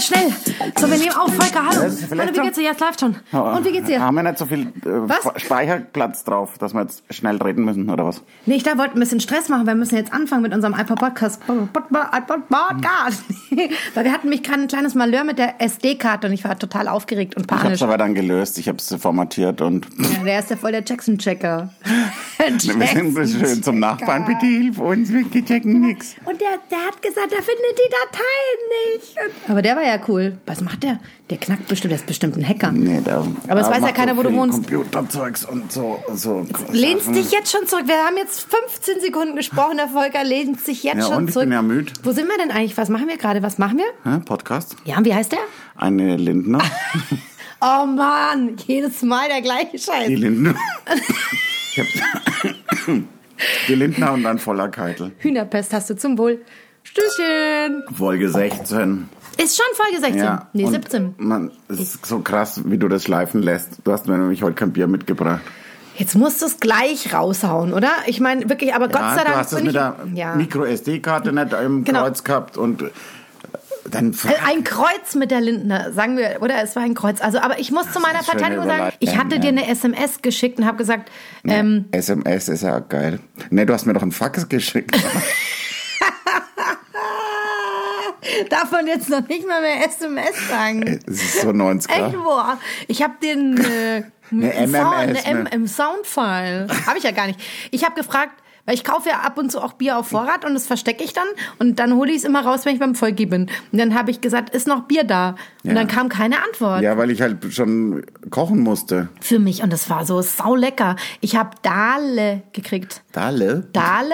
schnell. So, wir nehmen auf. Volker, hallo. Das ist vielleicht ähm, Hallo, wie so- geht's dir? Ja, es läuft schon. Und wie geht's dir? Haben wir nicht so viel Was? äh, Speicherplatz drauf, dass wir jetzt schnell reden müssen, oder was? Nee, ich da wollte ein bisschen Stress machen. Wir müssen jetzt anfangen mit unserem iPod Podcast. Podcast. Hm. Weil wir hatten mich gerade ein kleines Malheur mit der SD-Karte und ich war total aufgeregt und Ich panisch. hab's aber dann gelöst, ich hab's formatiert und Ja, der ist ja voll der Jackson-Checker. wir sind so schön zum Nachbarn. Bitte hilf uns, wir checken nix. Und der, der hat gesagt, er findet die Dateien nicht. Und- Aber der war ja cool. Was macht der? Der knackt bestimmt, der ist bestimmt ein Hacker. Nee, da, Aber es da weiß ja macht keiner, so wo du viel wohnst. Computerzeugs und so. so Lehnst dich jetzt schon zurück. Wir haben jetzt 15 Sekunden gesprochen, der Volker lehnt sich jetzt Ja, schon und ich zurück. bin ja müde. Wo sind wir denn eigentlich? Was machen wir gerade? Was machen wir? Hä, Podcast? Ja, und wie heißt der? Eine Lindner. Oh Mann, jedes Mal der gleiche Scheiß. Die Lindner. Ich hab's- Die Lindner und dann voller Keitel. Hühnerpest hast du zum Wohl. Stößchen. Folge 16. Ist schon Folge 16. Ja. nee, und 17. Man, es ist so krass, wie du das schleifen lässt. Du hast mir nämlich heute kein Bier mitgebracht. Jetzt musst du es gleich raushauen, oder? Ich meine, wirklich, aber Gott Ja, sei Dank. du hast es bin mit ich, der ja. Micro-SD-Karte nicht im Genau. Kreuz gehabt und äh, dann fra- Äh, Ein Kreuz mit der Lindner, sagen wir, oder? Es war ein Kreuz. Also, aber ich muss zu meiner eine schöne Verteidigung sagen, Überleitung, ich hatte dir ja. eine SMS geschickt und habe gesagt, ne, ähm, SMS ist ja geil. Ne, du hast mir doch einen Fax geschickt. Davon jetzt noch nicht mal mehr SMS sagen. Es ist so 90er. Echt, boah. Ich habe den äh, Eine einen Sound, MMS, eine M ne? im Soundfile. Habe ich ja gar nicht. Ich habe gefragt, weil ich kaufe ja ab und zu auch Bier auf Vorrat und das verstecke ich dann und dann hole ich es immer raus, wenn ich beim Volki bin. Und dann habe ich gesagt, ist noch Bier da? Und Ja. dann kam keine Antwort Ja, weil ich halt schon kochen musste. für mich und das war so saulecker. Ich habe Dale gekriegt. Dalle? Dale?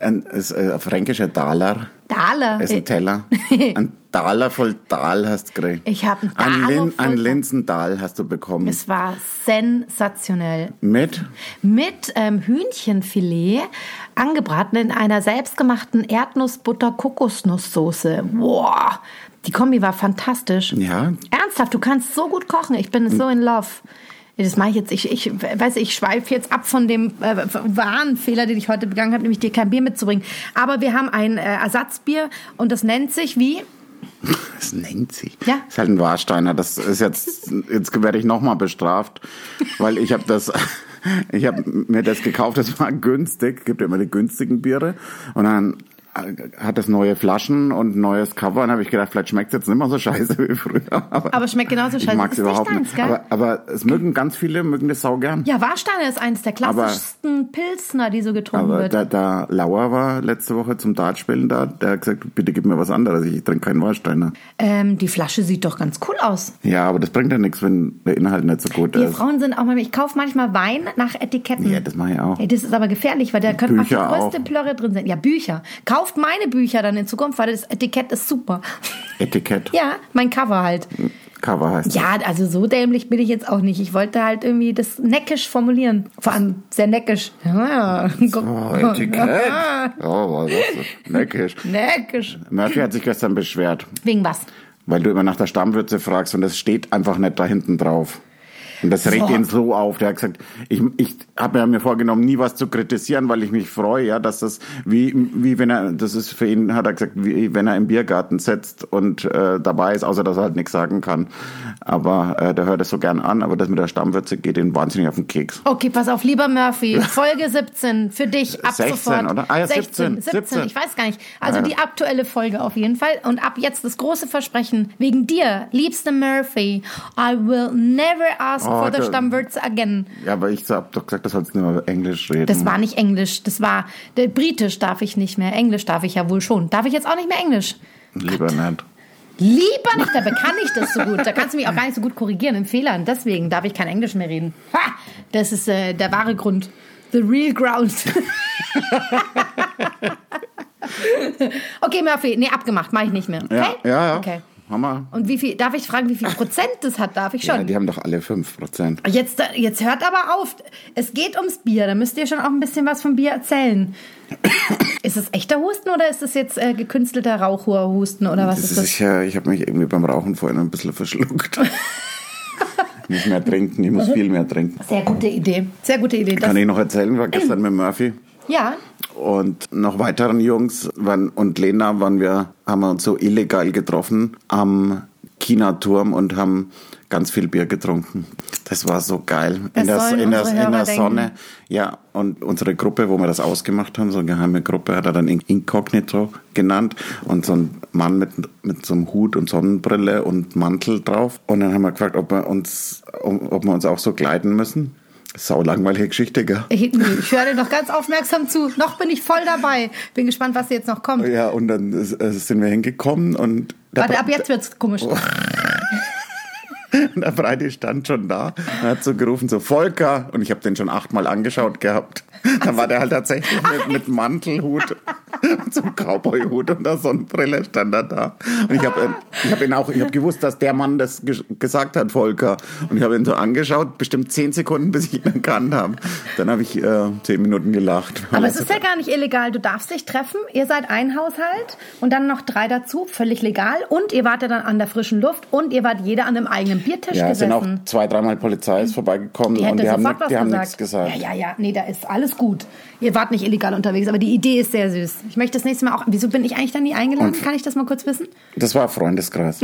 Ein, ist, äh, ein fränkischer Daler Dale. ist ein Teller. Ein Daler voll Dal hast du gekriegt. Ich hab einen ein, Daler Lin, voll ein Dal. Linsendal hast du bekommen. es war sensationell. Mit? mit ähm, Hühnchenfilet angebraten in einer selbstgemachten Erdnussbutter-Kokosnusssoße. Boah, die Kombi war fantastisch. Ja. Ernsthaft, du kannst so gut kochen. Ich bin so in love. Das mache ich jetzt. Ich, ich weiß, ich schweife jetzt ab von dem äh, wahren Fehler, den ich heute begangen habe, nämlich dir kein Bier mitzubringen. Aber wir haben ein äh, Ersatzbier und das nennt sich wie? Das nennt sich. Ja. Ist halt ein Warsteiner. Das ist jetzt, jetzt werde ich nochmal bestraft, weil ich habe das, ich habe mir das gekauft, das war günstig, gibt ja immer die günstigen Biere. Und dann hat das neue Flaschen und neues Cover. Und habe ich gedacht, vielleicht schmeckt es jetzt nicht mehr so scheiße wie früher. Aber schmeckt genauso ich scheiße. mag's Ist nicht überhaupt deins, nicht. gell? Aber, aber es mögen ganz viele, mögen das sau gern. Ja, Warsteiner ist eines der Aber- klassischsten Pilsner, die so getrunken Aber wird. da, da Lauer war letzte Woche zum Dartspielen da, der hat gesagt, bitte gib mir was anderes, ich trinke keinen Warsteiner. Ähm, die Flasche sieht doch ganz cool aus. Ja, aber das bringt ja nichts, wenn der Inhalt nicht so gut Wir ist. Frauen sind auch manchmal, ich kaufe manchmal Wein nach Etiketten. Ja, das mache ich auch. Ey, das ist aber gefährlich, weil da könnte auch die Bücher größte auch. Plörre drin sein. Ja, Bücher. Kauft meine Bücher dann in Zukunft, weil das Etikett ist super. Etikett. Ja, mein Cover halt. Cover heißt. Ja, also so dämlich bin ich jetzt auch nicht. Ich wollte halt irgendwie das neckisch formulieren. Vor allem sehr neckisch. Ja, guck. Oh, Etikett. Oh, was ist das? Neckisch. neckisch. Murphy hat sich gestern beschwert, Wegen was? weil du immer nach der Stammwürze fragst und das steht einfach nicht da hinten drauf. Und das regt Boah. ihn so auf. Der hat gesagt, ich, ich habe mir vorgenommen, nie was zu kritisieren, weil ich mich freue, ja, dass das wie, wie wenn er, das ist für ihn, hat er gesagt, wie wenn er im Biergarten sitzt und äh, dabei ist, außer dass er halt nichts sagen kann. Aber äh, der hört es so gern an, aber das mit der Stammwürze geht ihm wahnsinnig auf den Keks. Okay, pass auf, lieber Murphy, Folge 17 für dich ab 16, sofort. oder? Ah, ja, 17, 17, 17. ich weiß gar nicht. Also Ah, ja. die aktuelle Folge auf jeden Fall. Und ab jetzt das große Versprechen, wegen dir, liebste Murphy, I will never ask Oh, for the da- Stammwürze again. Ja, aber ich hab doch gesagt, das sollst du nur Englisch reden. Das war nicht Englisch, das war, der Britisch darf ich nicht mehr, Englisch darf ich ja wohl schon. Darf ich jetzt auch nicht mehr Englisch? Lieber nicht. Lieber nicht, dabei kann ich das so gut. Da kannst du mich auch gar nicht so gut korrigieren in Fehlern. Deswegen darf ich kein Englisch mehr reden. Ha! Das ist äh, der wahre Grund. The real ground. okay, Murphy. Nee, abgemacht. Mache ich nicht mehr. Okay? Ja, ja, ja. Okay. Hammer. Und wie viel, darf ich fragen, wie viel Prozent das hat? Darf ich Ja, schon? die haben doch alle 5%. Jetzt, jetzt hört aber auf. Es geht ums Bier. Da müsst ihr schon auch ein bisschen was vom Bier erzählen. ist es echter Husten oder ist es jetzt äh, gekünstelter rauchhoher Husten oder was Das ist, ist das? sicher, ich habe mich irgendwie beim Rauchen vorhin ein bisschen verschluckt. Nicht mehr trinken, ich muss viel mehr trinken. Sehr gute Idee. Sehr gute Idee. Das, Kann ich noch erzählen, war gestern mit Murphy ja, und noch weiteren Jungs waren, und Lena waren wir, haben wir uns so illegal getroffen am China-Turm und haben ganz viel Bier getrunken. Das war so geil. in der, in der, in der Sonne. Denken. Ja, und unsere Gruppe, wo wir das ausgemacht haben, so eine geheime Gruppe, hat er dann Incognito genannt. Und so ein Mann mit, mit so einem Hut und Sonnenbrille und Mantel drauf. Und dann haben wir gefragt, ob wir uns, ob wir uns auch so kleiden müssen. Sau langweilige Geschichte, gell? Ich, ich höre dir noch ganz aufmerksam zu. Noch bin ich voll dabei. Bin gespannt, was jetzt noch kommt. Oh Ja, und dann äh, sind wir hingekommen und. Warte, ab jetzt wird's komisch. Oh. Und der Breite stand schon da und hat so gerufen, so Volker. Und ich habe den schon achtmal angeschaut gehabt. Dann war der halt tatsächlich mit, mit Mantelhut und so einem Cowboy-Hut und der Sonnenbrille stand er da. Und ich habe ich hab ihn auch, ich habe gewusst, dass der Mann das gesagt hat, Volker. Und ich habe ihn so angeschaut, bestimmt zehn Sekunden, bis ich ihn erkannt habe. Dann habe ich äh, zehn Minuten gelacht. Aber es ist ja gar nicht illegal. Du darfst dich treffen. Ihr seid ein Haushalt und dann noch drei dazu, völlig legal. Und ihr wart ja dann an der frischen Luft und ihr wart jeder an einem eigenen Biertisch ja, gesessen. sind auch zwei, dreimal Polizei ist vorbeigekommen die und die haben, nicht, die haben nichts gesagt. Ja, ja, ja, nee, da ist alles gut. Ihr wart nicht illegal unterwegs, aber die Idee ist sehr süß. Ich möchte das nächste Mal auch. Wieso bin ich eigentlich da nie eingeladen? Und Kann ich das mal kurz wissen? Das war Freundeskreis.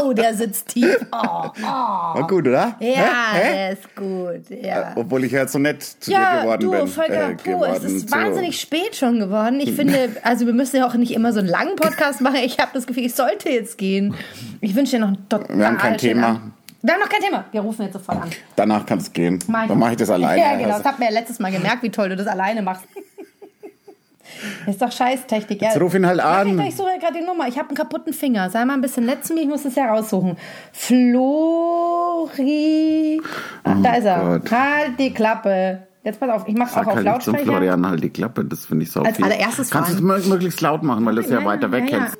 oh, der sitzt tief. Oh, oh. War gut, oder? Ja, Hä? Hä? ist gut. Ja. Obwohl ich ja so nett zu ja, dir Äh, geworden du, bin. Ja, Volker, äh, puh, es ist wahnsinnig spät schon geworden. Ich finde, also wir müssen ja auch nicht immer so einen langen Podcast machen. Ich habe das Gefühl, ich sollte jetzt gehen. Ich wünsche dir noch einen total Wir haben kein Thema. An. Wir haben noch kein Thema. Wir rufen jetzt sofort an. Danach kann es gehen. Mach Dann mache ich das alleine. Also Ja, genau. Das hat mir ja letztes Mal gemerkt, wie toll du das alleine machst. Ist doch Scheißtechnik. Jetzt ja. ruf ihn halt an. Ich, ich suche ja gerade die Nummer. Ich habe einen kaputten Finger. Sei mal ein bisschen nett zu mir. Ich muss das ja raussuchen. Flori. Ach, oh da ist er. Gott. Halt die Klappe. Jetzt pass auf, ich mache auch auf halt Lautsprecher. Zum Florian halt die Klappe. Das finde ich so Als allererstes Kannst du es möglichst laut machen, weil du es ja, weiter weg ja, hältst.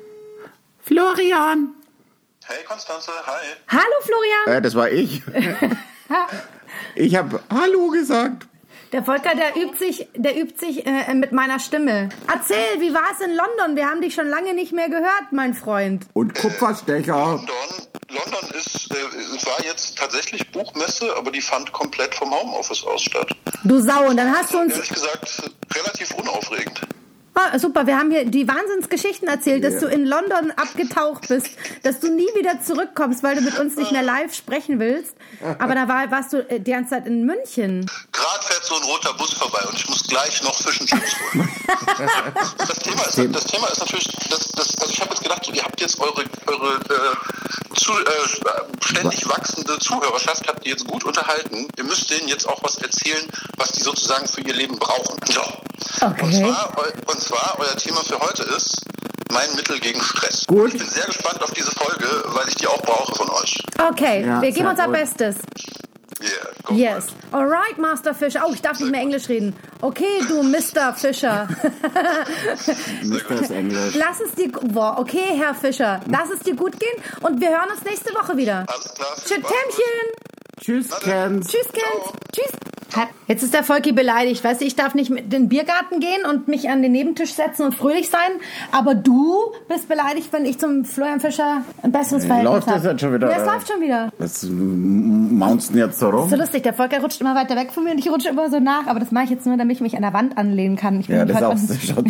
Florian. Hey Konstanze, hi. Hallo Florian. Äh, das war ich. ich habe Hallo gesagt. Der Volker, der übt sich, der übt sich äh, mit meiner Stimme. Erzähl, wie war es in London? Wir haben dich schon lange nicht mehr gehört, mein Freund. Und Kupferstecher. Äh, London, London ist, äh, war jetzt tatsächlich Buchmesse, aber die fand komplett vom Homeoffice aus statt. Du Sau, und dann hast du uns... Ehrlich gesagt, relativ unaufregend. Oh, super, wir haben hier die Wahnsinnsgeschichten erzählt, yeah. dass du in London abgetaucht bist, dass du nie wieder zurückkommst, weil du mit uns nicht mehr live sprechen willst. Aber da war, warst du äh, die ganze Zeit in München. Gerade fährt so ein roter Bus vorbei und ich muss gleich noch Fish and Chips holen. das, Thema ist, das, Thema ist, natürlich, das, das, also ich habe jetzt gedacht, so, ihr habt jetzt eure, eure äh, zu, äh, ständig wachsende Zuhörerschaft, habt ihr jetzt gut unterhalten. Ihr müsst denen jetzt auch was erzählen, was die sozusagen für ihr Leben brauchen. So. Okay. Und zwar, und zwar, euer Thema für heute ist mein Mittel gegen Stress. Gut. Ich bin sehr gespannt auf diese Folge, weil ich die auch brauche von euch. Okay, ja, wir geben uns unser Bestes. Yeah, go yes. Alright, Master Fischer. Oh, ich darf nicht mehr Englisch reden. Okay, du Mr. Fischer. Mr. ist Englisch. Lass es dir. Boah, okay, Herr Fischer. Lass es dir gut gehen und wir hören uns nächste Woche wieder. Alles klar. Tschüss, Kämmchen. Tschüss, Kent. Tschüss, Kent. Tschüss. Jetzt ist der Volki beleidigt. Weißt du, ich darf nicht in den Biergarten gehen und mich an den Nebentisch setzen und fröhlich sein. Aber du bist beleidigt, wenn ich zum Florian Fischer ein besseres hey, Verhältnis habe. Äh, Läuft hab. das jetzt schon wieder? Ja, es läuft schon wieder. Das mounten jetzt so rum. so lustig. Der Volker rutscht immer weiter weg von mir und ich rutsche immer so nach. Aber das mache ich jetzt nur, damit ich mich an der Wand anlehnen kann. ja, das ist auch schon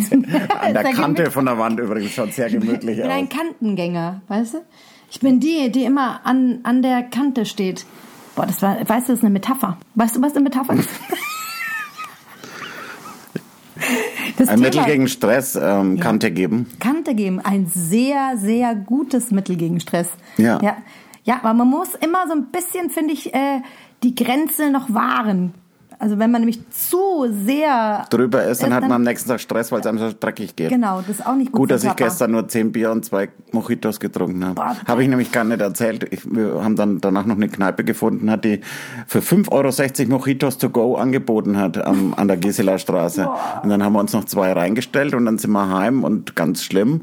sehr, an der Kante von der Wand übrigens schon sehr gemütlich. Ich bin ein Kantengänger, weißt du? Ich bin die, die immer an, an der Kante steht. Boah, das war, weißt du, das ist eine Metapher. Weißt du, was eine Metapher ist? ein Thema, Mittel gegen Stress, ähm, ja. Kante geben. Kante geben, ein sehr, sehr gutes Mittel gegen Stress. Ja. Ja, ja aber man muss immer so ein bisschen, finde ich, äh, die Grenze noch wahren. Also wenn man nämlich zu sehr drüber ist, dann hat man am nächsten Tag Stress, weil es einem so dreckig geht. Genau, das ist auch nicht gut. Gut, dass ich gestern nur zehn Bier und zwei Mojitos getrunken habe. Habe ich nämlich gar nicht erzählt. Ich, wir haben dann danach noch eine Kneipe gefunden, hat die für 5,60 Euro Mojitos to go angeboten hat am, an der Gisela Straße. Boah. Und dann haben wir uns noch zwei reingestellt und dann sind wir heim und ganz schlimm.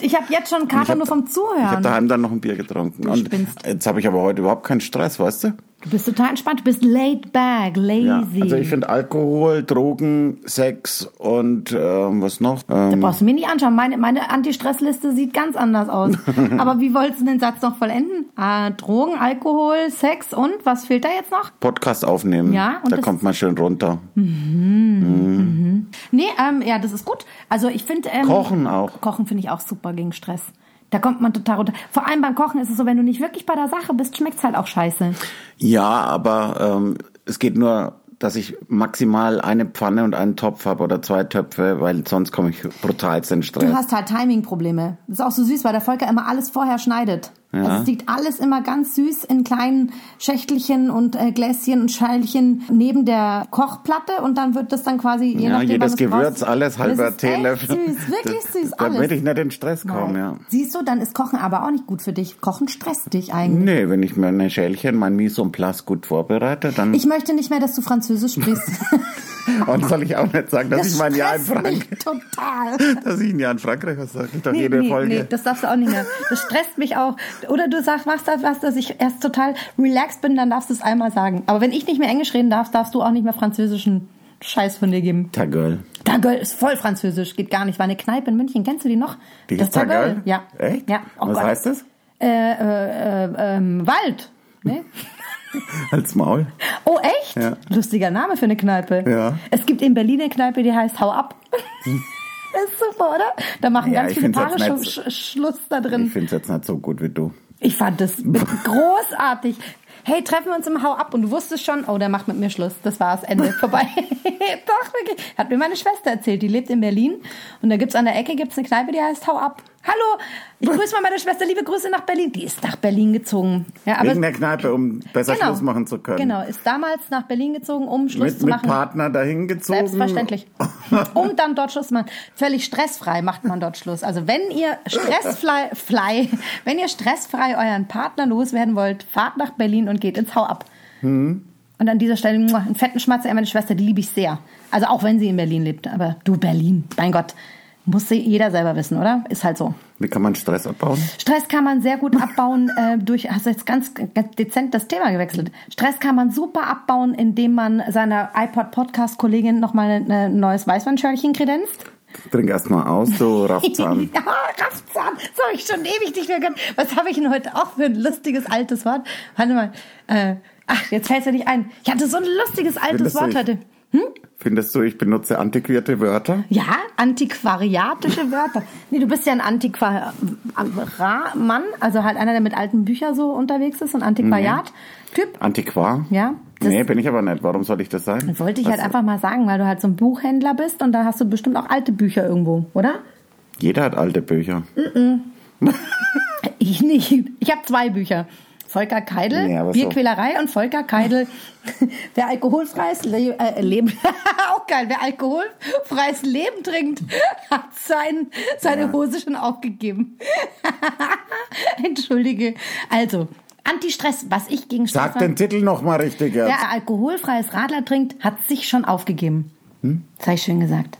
Ich habe jetzt schon Kater nur vom Zuhören. Ich habe daheim dann noch ein Bier getrunken. Du und jetzt habe ich aber heute überhaupt keinen Stress, weißt du? Du bist total entspannt, du bist laid back, lazy. Ja, also ich finde Alkohol, Drogen, Sex und ähm, was noch? da Ähm, brauchst du mir nicht anschauen. Meine, meine Anti-Stress-Liste sieht ganz anders aus. Aber wie wolltest du den Satz noch vollenden? Ah, Drogen, Alkohol, Sex und was fehlt da jetzt noch? Podcast aufnehmen. Ja, und das- da Hm. kommt man schön runter. Nee, ähm, ja, das ist gut. Also ich finde... Ähm, Kochen auch. Kochen finde ich auch super gegen Stress. Da kommt man total runter. Vor allem beim Kochen ist es so, wenn du nicht wirklich bei der Sache bist, schmeckt's halt auch scheiße. Ja, aber ähm, es geht nur, dass ich maximal eine Pfanne und einen Topf habe oder zwei Töpfe, weil sonst komme ich brutal in Stress. Du hast halt Timing-Probleme. Das ist auch so süß, weil der Volker immer alles vorher schneidet. Also es liegt alles immer ganz süß in kleinen Schächtelchen und äh, Gläschen und Schälchen neben der Kochplatte und dann wird das dann quasi, je ja, nachdem, jedes wann du es Gewürz, brauchst- alles Das halber ist echt Teelöffel. Süß, wirklich Das- süß, Damit alles. ich nicht in Stress komme, ja. Siehst du, dann ist Kochen aber auch nicht gut für dich. Kochen stresst dich eigentlich. Nee, wenn ich mir eine Schälchen, mein Mise en Place gut vorbereite, dann... Ich möchte nicht mehr, dass du Französisch sprichst. und soll ich auch nicht sagen, dass ich mein Jahr in stresst mich Frankreich... total. Dass ich ein Jahr in Frankreich was sage, ich doch Nee, jede nee, Folge. nee, das darfst du auch nicht mehr. Das stresst mich auch. Oder du sagst, machst das was, dass ich erst total relaxed bin, dann darfst du es einmal sagen. Aber wenn ich nicht mehr Englisch reden darf, darfst du auch nicht mehr französischen Scheiß von dir geben. Tagöl. Tagöl ist voll französisch, geht gar nicht. War eine Kneipe in München, kennst du die noch? Die ist Tagöl? Ja. Echt? Ja. Oh Was heißt das? Äh, äh, äh, ähm, Wald. Ne? Als Maul. Oh, echt? Ja. Lustiger Name für eine Kneipe. Ja. Hm. Es gibt in Berlin eine Kneipe, die heißt Hau ab. ist super, oder? Da machen Ja, ganz ich viele find's Paare jetzt schon nett. Sch Schluss da drin. Ich finde es jetzt nicht so gut wie du. Ich fand das großartig. Hey, treffen wir uns im Hau ab und du wusstest schon, oh, der macht mit mir Schluss. Das war's, Ende, vorbei. Doch, wirklich. Hat mir meine Schwester erzählt, die lebt in Berlin und da gibt's an der Ecke gibt's eine Kneipe, die heißt Hau ab. Hallo, ich grüße mal meine Schwester, liebe Grüße nach Berlin. Die ist nach Berlin gezogen. Ja, Wegen der Kneipe, um besser Genau. Schluss machen zu können. Genau, ist damals nach Berlin gezogen, um Schluss Mit, zu mit machen. Partner dahin gezogen. Selbstverständlich. Um dann dort Schluss zu machen. Völlig stressfrei macht man dort Schluss. Also wenn ihr stressfrei, fly, wenn ihr stressfrei euren Partner loswerden wollt, fahrt nach Berlin und geht ins Hau ab. Und an dieser Stelle muah, einen fetten Schmatzer an meine Schwester, die liebe ich sehr. Also auch wenn sie in Berlin lebt. Aber du Berlin, mein Gott, muss sie- jeder selber wissen, oder? Ist halt so. Wie kann man Stress abbauen? Stress kann man sehr gut abbauen äh, durch, hast du jetzt ganz, ganz dezent das Thema gewechselt. Stress kann man super abbauen, indem man seiner iPod-Podcast-Kollegin nochmal ein äh, neues Weißweinschörlchen kredenzt. Trink erstmal aus, du Raffzahn. ja, Raffzahn. So habe ich schon ewig nicht mehr gehört. Was habe ich denn heute auch für ein lustiges altes Wort? Warte mal. Äh, ach, jetzt fällt es mir nicht ein. Ich hatte so ein lustiges altes Findest du Wort nicht? heute. Findest du, ich benutze antiquierte Wörter? Ja, antiquariatische Wörter. Nee, du bist ja ein Antiquar-Mann, also halt einer, der mit alten Büchern so unterwegs ist, ein Antiquariat-Typ. Antiquar? Ja, das- Nee, bin ich aber nicht. Warum soll ich das sein? Das wollte ich Was- halt einfach mal sagen, weil du halt so ein Buchhändler bist und da hast du bestimmt auch alte Bücher irgendwo, oder? Jeder hat alte Bücher. Ich nicht. Ich habe zwei Bücher. Volker Keidel, Nee, aber so. Bierquälerei und Volker Keidel, wer alkoholfreies Le äh, Leben, auch geil, wer alkoholfreies Leben trinkt, hat sein, seine Hose schon aufgegeben. Entschuldige. Also, Anti-Stress, was ich gegen Stress Sag den Titel nochmal richtig jetzt. Wer alkoholfreies Radler trinkt, hat sich schon aufgegeben. Hm? Das habe ich schön gesagt.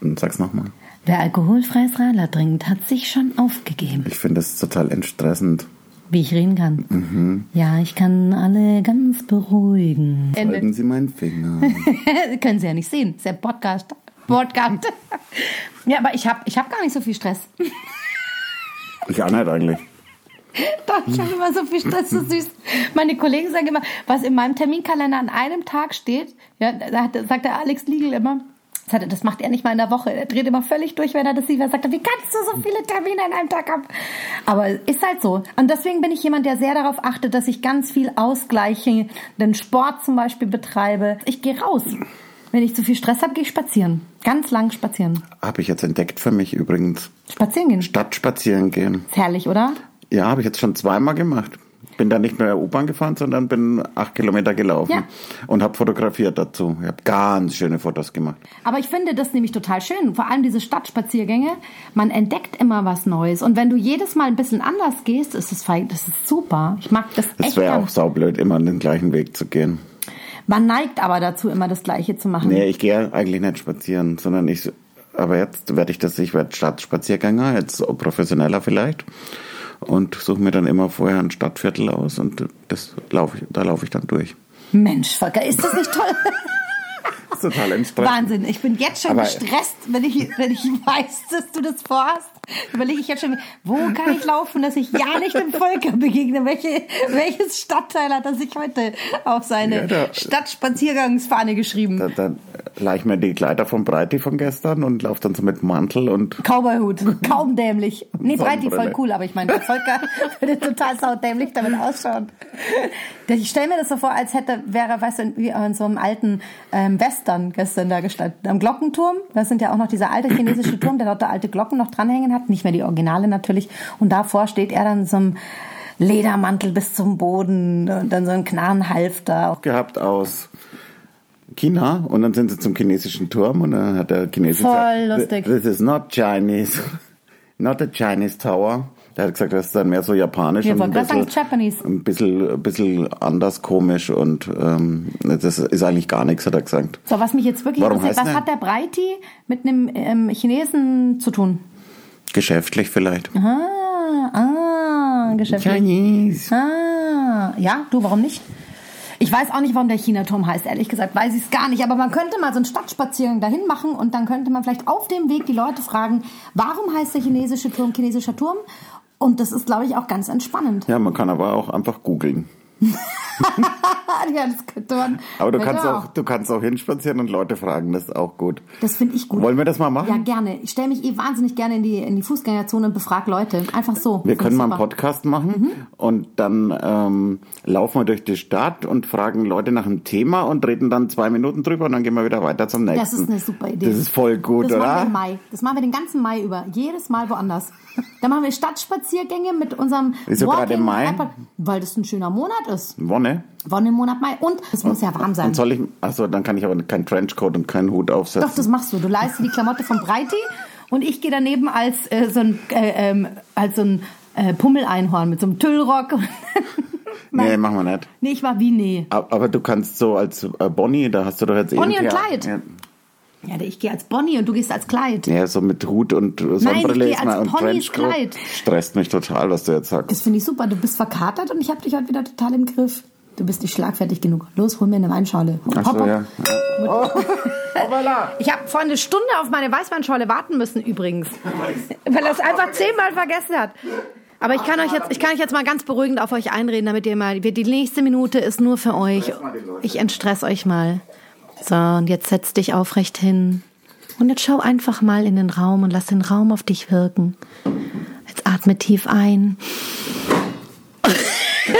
Und sag's nochmal. Wer alkoholfreies Radler trinkt, hat sich schon aufgegeben. Ich finde das total entstressend. Wie ich reden kann. Ja, ich kann alle ganz beruhigen. Halten Sie meinen Finger. Können Sie ja nicht sehen. Ist ja Podcast. Podcast. ja, aber ich habe ich hab gar nicht so viel Stress. ich auch nicht eigentlich. Doch, ich habe immer so viel Stress, so süß. Meine Kollegen sagen immer, was in meinem Terminkalender an einem Tag steht, ja, da hat, sagt der Alex Liegel immer, das, hat, er- das macht er nicht mal in der Woche. Er dreht immer völlig durch, wenn er das sieht. Er sagt, wie kannst du so viele Termine an einem Tag haben? Aber ist halt so. Und deswegen bin ich jemand, der sehr darauf achtet, dass ich ganz viel ausgleichenden Sport zum Beispiel betreibe. Ich gehe raus. Wenn ich zu viel Stress habe, gehe ich spazieren. Ganz lang spazieren. Habe ich jetzt entdeckt für mich übrigens. Spazieren gehen. Ist Stadt spazieren gehen. herrlich, oder? Ja, habe ich jetzt schon zweimal gemacht. Bin dann nicht mehr U-Bahn gefahren, sondern bin acht Kilometer gelaufen Ja. und habe fotografiert dazu. Ich habe ganz schöne Fotos gemacht. Aber ich finde das nämlich total schön. Vor allem diese Stadtspaziergänge. Man entdeckt immer was Neues. Und wenn du jedes Mal ein bisschen anders gehst, ist es fein. Das ist super. Ich mag das, Das echt wäre gern. auch saublöd, immer den gleichen Weg zu gehen. Man neigt aber dazu, immer das Gleiche zu machen. Nee, ich gehe eigentlich nicht spazieren, sondern ich. Aber jetzt werde ich das, ich werde Stadtspaziergänger, jetzt professioneller vielleicht. und suche mir dann immer vorher ein Stadtviertel aus und das lauf ich, da laufe ich dann durch. Mensch, Volker, ist das nicht toll? Das ist total entsprechend. Wahnsinn, ich bin jetzt schon Aber- gestresst, wenn ich, wenn ich weiß, dass du das vorhast. Überlege ich jetzt schon, wo kann ich laufen, dass ich ja nicht dem Volker begegne? Welche, welches Stadtteil hat er sich heute auf seine Ja, da- Stadtspaziergangsfahne geschrieben? Dann, dann leih ich mir die Kleider vom Breiti von gestern und laufe dann so mit Mantel und Cowboyhut, kaum dämlich. Nee, Breiti voll Sonnenbrille. cool, aber ich meine, der Volker würde total saudämlich damit ausschauen. Ich stelle mir das so vor, als hätte, wäre, weißt du, wie in so einem alten ähm, Western gestern da gestanden. Am Glockenturm, das sind ja auch noch dieser alte chinesische Turm, der dort alte Glocken noch dranhängen hat, nicht mehr die Originale natürlich. Und davor steht er dann in so einem Ledermantel bis zum Boden und dann so ein Knarrenhalfter. gehabt aus China und dann sind sie zum chinesischen Turm und dann hat der Chinesische Voll lustig. This is not Chinese. Not a Chinese Tower. Der hat gesagt, das ist dann mehr so japanisch Wir und ein wollten gerade bisschen, sagen, Japanese. ein, bisschen, ein bisschen anders komisch und ähm, das ist eigentlich gar nichts, hat er gesagt. So, was mich jetzt wirklich Warum interessiert, heißt was der- hat der Breiti mit einem ähm, Chinesen zu tun? Geschäftlich vielleicht. Ah, ah, geschäftlich. Chinese. Ah, ja, du, warum nicht? Ich weiß auch nicht, warum der Chinaturm heißt, ehrlich gesagt, weiß ich es gar nicht. Aber man könnte mal so einen Stadtspaziergang dahin machen und dann könnte man vielleicht auf dem Weg die Leute fragen, warum heißt der chinesische Turm chinesischer Turm? Und das ist, glaube ich, auch ganz entspannend. Ja, man kann aber auch einfach googeln. ja, das könnte man. Aber du könnte kannst man auch, du kannst auch hinspazieren und Leute fragen, das ist auch gut. Das finde ich gut. Wollen wir das mal machen? Ja, gerne. Ich stelle mich eh wahnsinnig gerne in die, in die Fußgängerzone und befrag Leute. Einfach so. Wir können mal einen Super. Mhm. Podcast machen und dann ähm, laufen wir durch die Stadt und fragen Leute nach einem Thema und reden dann zwei Minuten drüber und dann gehen wir wieder weiter zum nächsten. Das ist eine super Idee. Das ist voll gut, das Machen wir oder? im Mai. Das machen wir den ganzen Mai über. Jedes Mal woanders. Dann machen wir Stadtspaziergänge mit unserem Wieso Walking- gerade im Mai? Einfach- Weil das ein schöner Monat ist. Wonne. Wann im Monat Mai? Und es muss ja warm sein. Und soll ich? Achso, dann kann ich aber keinen Trenchcoat und keinen Hut aufsetzen. Doch, das machst du. Du leihst dir die Klamotte von Breiti und ich gehe daneben als äh, so ein, äh, ähm, als so ein äh, Pummeleinhorn mit so einem Tüllrock. nee, machen wir nicht. nee, ich war wie nee. Aber, aber du kannst so als äh, Bonnie, da hast du doch jetzt eh Bonnie ein und Thea- Clyde. Ja. Ja, ich gehe als Bonnie und du gehst als Kleid. Ja, so mit Hut und äh, Sonnenbrille gehe ist als mal und Ponys Trenchcoat. Clyde. Stresst mich total, was du jetzt sagst. Das finde ich super. Du bist verkatert und ich habe dich heute wieder total im Griff. Du bist nicht schlagfertig genug. Los, hol mir eine Weinschale. Ach so, ja. Ich habe vor eine Stunde auf meine Weißweinschale warten müssen übrigens, weil er es einfach zehnmal vergessen hat. Aber ich kann euch jetzt, ich kann euch jetzt mal ganz beruhigend auf euch einreden, damit ihr mal, wir- die nächste Minute ist nur für euch. Ich entstress euch mal. So, und jetzt setz dich aufrecht hin. Und jetzt schau einfach mal in den Raum und lass den Raum auf dich wirken. Jetzt atme tief ein.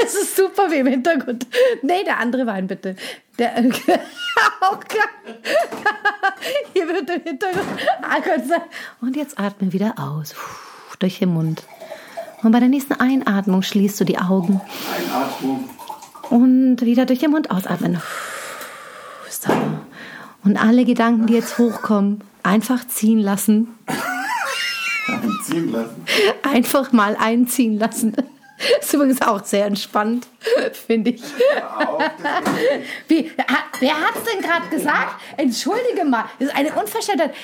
Es ist super wie im Hintergrund. Nee, der andere Wein bitte. Der auch klar. Hier wird im Hintergrund Alkohol sein. Und jetzt atme wieder aus. Puh, Durch den Mund. Und bei der nächsten Einatmung schließt du die Augen. Und wieder durch den Mund ausatmen. Puh, So. Und alle Gedanken, die jetzt hochkommen, einfach ziehen lassen. Ziehen lassen. Einfach mal einziehen lassen. Ist übrigens auch sehr entspannt, finde ich. Wie, ha- wer hat's denn gerade gesagt? Entschuldige mal, das ist eine Unverschämtheit.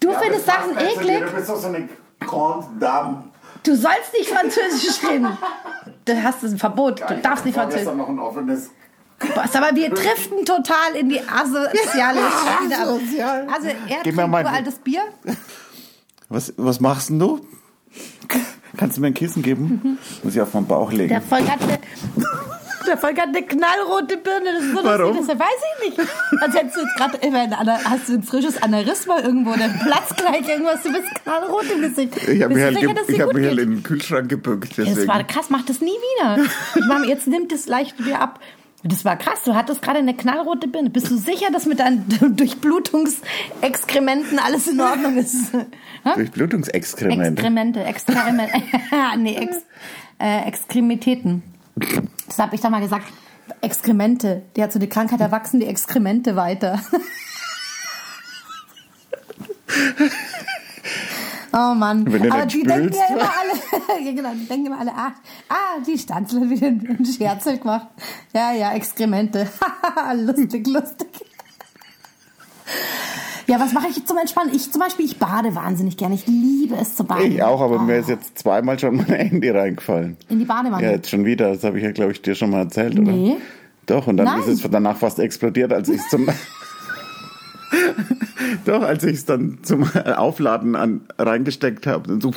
Du findest Sachen eklig, bist doch so eine Grande Dame. du sollst nicht Französisch reden. Du hast ein Verbot, du darfst nicht Französisch. noch ein offenes. Boah, aber wir driften total in die asoziale Schiene ab. Asozial. Also, er Gib mir trinkt mein- nur altes Bier. Was, was machst denn du? Kannst du mir ein Kissen geben? Muss ich auf meinen Bauch legen. Mhm. Der Volk hat eine, der Volk hat eine knallrote Birne. Das ist so lustig, Warum? Das weiß ich nicht. Als hättest du jetzt gerade immer ein, Ana- hast du ein frisches Aneurysma irgendwo oder einen Platz gleich irgendwas. Du bist knallrot im Gesicht. Ich habe Bist du mich, halt, sicher, ge- dass dir ich hab gut mich halt geht? in den Kühlschrank gebückt. Das Deswegen. war krass, mach das nie wieder. Ich meine, jetzt nimmt es leicht wieder ab. Das war krass, du hattest gerade eine knallrote Birne. Bist du sicher, dass mit deinen Durchblutungsexkrementen alles in Ordnung ist? Hä? Durchblutungsexkremente. Exkremente, Exkremente. nee, Ex, äh, Extremitäten. Das habe ich da mal gesagt. Exkremente. Die hat so eine Krankheit, da wachsen die Exkremente weiter. Oh Mann. Wenn du Aber nicht die denken ja spülst. immer alle, ja, genau, die denken immer alle, ah, ah die Stanzel hat wieder einen Scherz gemacht. Ja, ja, Exkremente. lustig, lustig. Ja, was mache ich zum Entspannen? Ich zum Beispiel, ich bade wahnsinnig gerne. Ich liebe es zu baden. Ich auch, aber Oh. mir ist jetzt zweimal schon mein Handy reingefallen. In die Badewanne? Ja, jetzt schon wieder. Das habe ich ja, glaube ich, dir schon mal erzählt, oder? Nee. Doch, und dann Nein. ist es danach fast explodiert, als ich es zum... Doch, als ich es dann zum Aufladen an, reingesteckt habe, so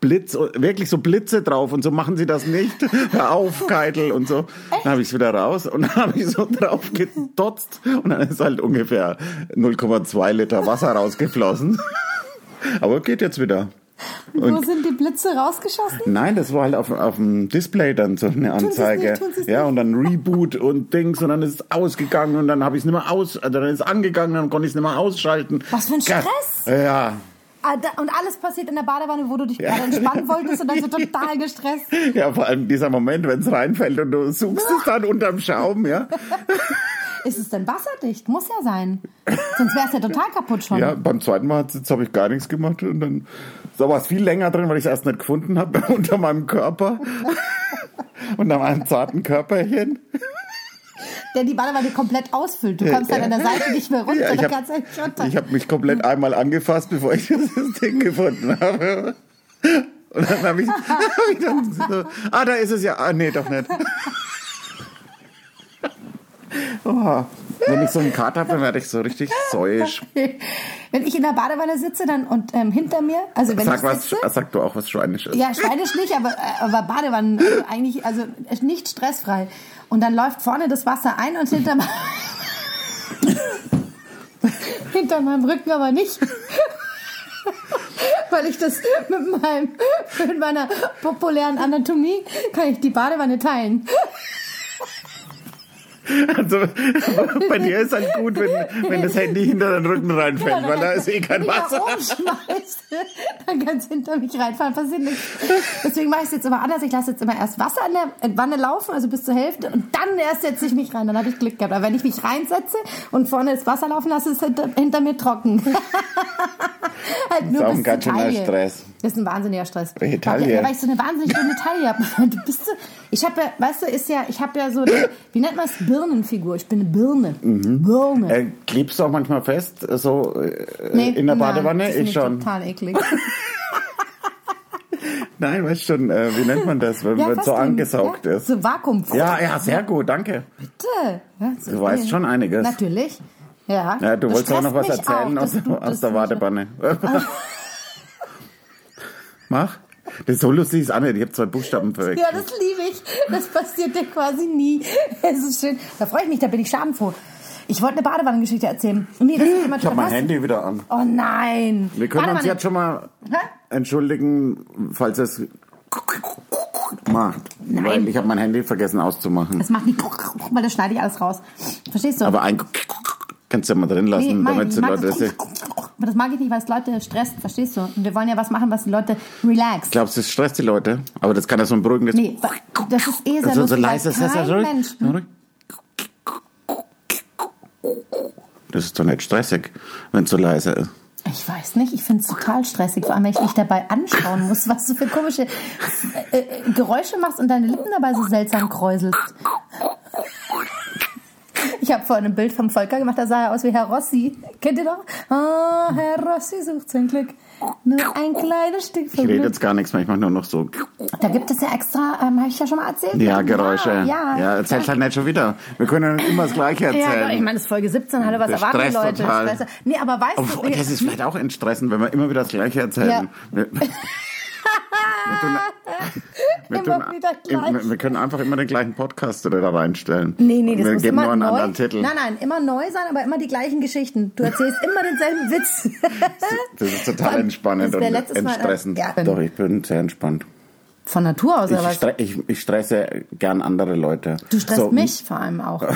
Blitz, wirklich so Blitze drauf und so machen sie das nicht, hör auf, Keitel und so. Dann habe ich es wieder raus und dann habe ich so drauf gedotzt und dann ist halt ungefähr 0,2 Liter Wasser rausgeflossen. Aber geht jetzt wieder. Wo sind die Blitze rausgeschossen? Nein, das war halt auf, auf dem Display dann so eine Tun sie's Anzeige. nicht, tun sie's ja, und dann Reboot und Dings und dann ist es ausgegangen und dann habe ich es nicht mehr aus, also dann ist es angegangen, dann konnte ich es nicht mehr ausschalten. Was für ein Ga- Stress! Ja, Ah, da- Und alles passiert in der Badewanne, wo du dich gerade entspannen wolltest und dann so total gestresst. ja, vor allem dieser Moment, wenn es reinfällt und du suchst es dann unterm Schaum, ja. Ist es denn wasserdicht? Muss ja sein. Sonst wär's ja total kaputt schon. Ja, beim zweiten Mal hat's- jetzt habe ich gar nichts gemacht und dann da war es viel länger drin, weil ich es erst nicht gefunden habe unter meinem Körper. unter meinem zarten Körperchen. Der die Badewanne komplett ausfüllt. Du kommst dann an der Seite nicht mehr runter. Ja, ich dann kannst halt du nicht runter. habe hab mich komplett einmal angefasst, bevor ich dieses Ding gefunden habe. Und dann habe ich, hab ich dann so, ah, da ist es ja. Ah, nee, doch nicht. Oha. Wenn ich so einen Kater habe, dann werde ich so richtig säuisch. Wenn ich in der Badewanne sitze dann und ähm, hinter mir, also wenn Sag, ich was, sitze, sag du auch, was Schweinisch ist. ja, schweinisch nicht, aber, äh, aber Badewannen also eigentlich, also nicht stressfrei. Und dann läuft vorne das Wasser ein und hinter, me- hinter meinem Rücken aber nicht. Weil ich das mit, meinem, mit meiner populären Anatomie kann ich die Badewanne teilen. Also, bei dir ist halt gut, wenn, wenn das Handy hinter den Rücken reinfällt, weil da ist eh kein Wasser. Wenn ich da rumschmeiße, dann kann es hinter mich reinfallen, passiert nichts. Deswegen mache ich es jetzt immer anders. Ich lasse jetzt immer erst Wasser in der Wanne laufen, also bis zur Hälfte, und dann erst setze ich mich rein. Dann habe ich Glück gehabt. Aber wenn ich mich reinsetze und vorne das Wasser laufen lasse, ist es hinter, hinter mir trocken. halt nur ist auch bis ein ganz zur schöner Taille. Stress. Das ist ein wahnsinniger Stress. Welche Taille? Ja, weil ich so eine wahnsinnig schöne Taille habe. Du bist so, ich habe ja, weißt du, ist ja, ich habe ja so, eine, wie nennt man es, Birnenfigur. Ich bin eine Birne. Birne. Äh, klebst du auch manchmal fest, so äh, Nee, in der nein, Badewanne? das finde ich schon. Total eklig. Nein, weißt schon, äh, wie nennt man das, wenn man fast so eben. angesaugt ja, ist? So Vakuum. Ja, ja, sehr gut, danke. Bitte. Ja, so Du weißt viel. schon einiges. Natürlich. Ja. Ja, du Das wolltest auch noch was stresst mich erzählen auch, aus, dass du- aus dass der du- Badewanne. Mach. Das ist so lustig ist auch nicht. Ich habe zwei Buchstaben verwechselt. Ja, das liebe ich. Das passiert dir quasi nie. Es ist schön. Da freue ich mich, da bin ich schadenfroh. Ich wollte eine Badewannengeschichte erzählen. Nee, das ist immer Hm, Ich habe mein Handy wieder an. Oh nein. Wir können uns Badewanne. jetzt schon mal Hä? entschuldigen, falls es macht. Weil ich habe mein Handy vergessen auszumachen. Das macht nicht, weil das schneide ich alles raus. Verstehst du? Aber ein kannst du ja mal drin lassen, Nee, mein, damit ich die mag Leute das das, sehen. aber das mag ich nicht, weil es Leute stresst, verstehst du? Und wir wollen ja was machen, was die Leute relax. Glaubst du, es stresst die Leute? Aber das kann ja so ein beruhigendes Nee, wa- das ist eh sehr Also so lustig, leise ist weil das ja kein schon. Mensch. Das ist doch nicht stressig, wenn es so leise ist. Ich weiß nicht, ich finde es total stressig, vor allem wenn ich mich dabei anschauen muss, was du für komische äh, äh, Geräusche machst und deine Lippen dabei so seltsam kräuselst. Ich habe vorhin ein Bild vom Volker gemacht, da sah er aus wie Herr Rossi. Kennt ihr doch? Ah, Herr Rossi sucht sein Glück. Nur ein kleines Stück Ich vom rede Glück. jetzt gar nichts mehr, ich mache nur noch so. Da gibt es ja extra, ähm, habe ich ja schon mal erzählt. Ja, Geräusche. Ja, ja erzählt halt nicht schon wieder. Wir können ja immer das Gleiche Ja, ich erzählen. meine, das ist Folge 17, hallo, was Das erwarten die stresst Leute? total. Stress- Nee, aber weißt Obwohl, du... oh, das ist vielleicht auch entstressend, wenn wir immer wieder das Gleiche erzählen. Wir, wir, tun, wir, Immer tun, wieder gleich. wir, wir können einfach immer den gleichen Podcast oder da reinstellen. Nee, nee, das wir muss geben immer nur einen neu. anderen Titel. Nein, nein, immer neu sein, aber immer die gleichen Geschichten. Du erzählst immer denselben Witz. Das ist total Von- entspannend das und ist der letztes Mal, äh, entstressend. ja. Doch, ich bin sehr entspannt. Von Natur aus, Ich, aber stre ich, ich stresse gern andere Leute. du stresst So, mich vor allem auch.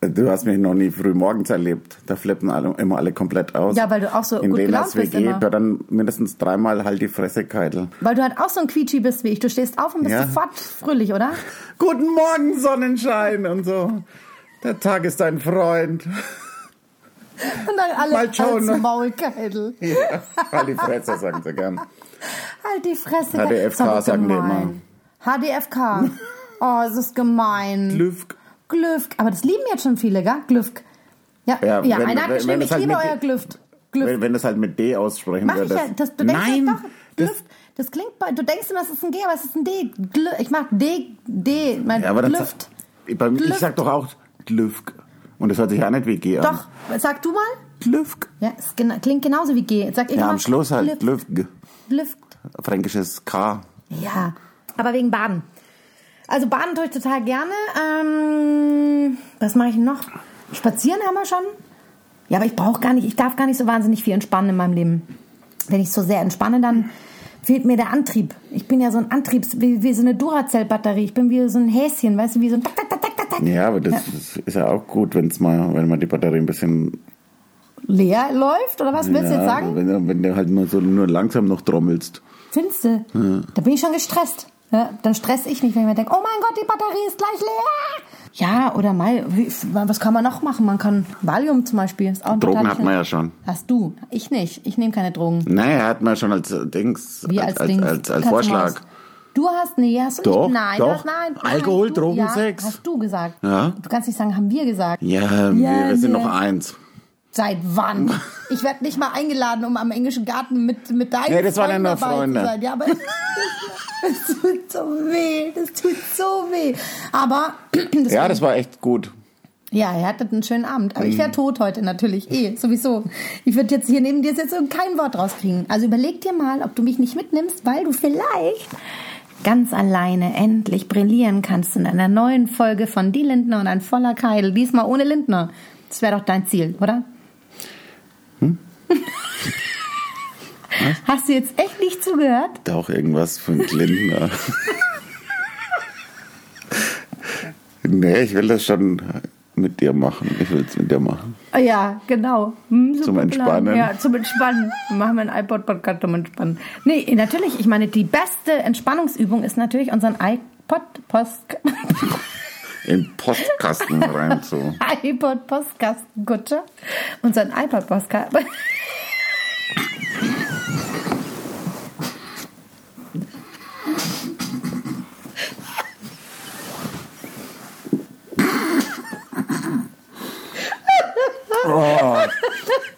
Du hast mich noch nie früh morgens erlebt. Da flippen alle, immer alle komplett aus. Ja, weil du auch so In gut Lenas gelaunt bist WG, immer. da dann mindestens dreimal halt die Fresse, Keitel. Weil du halt auch so ein Quietschi bist wie ich. Du stehst auf und bist Ja. sofort fröhlich, oder? Guten Morgen, Sonnenschein und so. Der Tag ist dein Freund. Und dann alle Mal schauen, als ne? Maulkeitel. Ja, halt die Fresse, sagen sie gern. Halt die Fresse. HDFK Ist aber sagen die gemein. HDFK. Oh, es ist gemein. Lüfk. Glück. Aber das lieben jetzt schon viele, gell? Glück. Ja, ja, Ja, wenn- einer hat wenn- geschrieben, wenn ich es halt liebe mit- euer Glüft. Glüff. Wenn, wenn das halt mit D aussprechen Mach ich würdest. ja, das, du denkst Nein, ja doch, das, Glüff, das klingt, bei- du denkst immer, es ist ein G, aber es ist ein D. Glü- ich mach D, D, mein ja, aber dann, Glüft. Bei, mir- ich Glüft. sag doch auch Glüfk. Und das hört sich ja nicht wie G an. Doch, sag du mal. Glüfk. Ja, es gena klingt genauso wie G. Sag ich Ja, mal, am Schluss halt Glüff. Glüfk. Glüft. Fränkisches K. Ja, aber wegen Baden. Also Baden tue ich total gerne. Ähm, was mache ich noch? Spazieren haben wir schon. Ja, aber ich brauche gar nicht, ich darf gar nicht so wahnsinnig viel entspannen in meinem Leben. Wenn ich so sehr entspanne, dann fehlt mir der Antrieb. Ich bin ja so ein Antriebs, wie, wie so eine Duracell-Batterie. Ich bin wie so ein Häschen, weißt du, wie so ein tak, tak, tak, tak, tak, tak. Ja, aber das ist ja auch gut, wenn's mal, wenn man die Batterie ein bisschen. leer läuft oder was willst du ja, jetzt sagen? Wenn, wenn du halt nur so nur langsam noch trommelst. Finste. Da bin ich schon gestresst. Ja, dann stress ich mich, wenn ich mir denke, oh mein Gott, die Batterie ist gleich leer. Ja, oder mal, wie, was kann man noch machen? Man kann Valium zum Beispiel. Ist auch ein Drogen total hat schnell- man ja schon. Hast du. Ich nicht. Ich nehme keine Drogen. Naja, hat man schon als äh, Dings, Wie als, als, als, Dings. als, als Katzenmaus. Vorschlag. Du hast, nee, hast du Doch, nicht. Nein, doch. Du hast, nein, nein. Alkohol, du, Drogen, ja, Sex. Hast du gesagt. Ja. Du kannst nicht sagen, haben wir gesagt. Ja, wir, wir sind ja. noch eins. Seit wann? Ich werde nicht mal eingeladen, um am englischen Garten mit, mit deinen Nee, das waren Freunden ja nur dabei Freunde. zu sein. Ja, aber es tut so weh, das tut so weh. Aber das Ja, das war echt gut. ja, ihr hattet einen schönen Abend. Aber ich wäre tot heute natürlich, eh, sowieso. Ich würde jetzt hier neben dir jetzt irgend kein Wort rauskriegen. Also überleg dir mal, ob du mich nicht mitnimmst, weil du vielleicht ganz alleine endlich brillieren kannst in einer neuen Folge von Die Lindner und ein voller Keil. Diesmal ohne Lindner. Das wäre doch dein Ziel, oder? Hast du jetzt echt nicht zugehört? Da auch irgendwas von Lindner. nee, ich will das schon mit dir machen. Ich will's mit dir machen. Ah, Ja, genau. Hm, super Zum Entspannen. Plan. Ja, zum Entspannen. Machen wir einen iPod-Podcast zum Entspannen. Nee, eh, natürlich, ich meine, die beste Entspannungsübung ist natürlich unseren iPod-Post... In Postkasten rein so. iPod-Postkastenkutscher. Unseren iPod-Postkasten...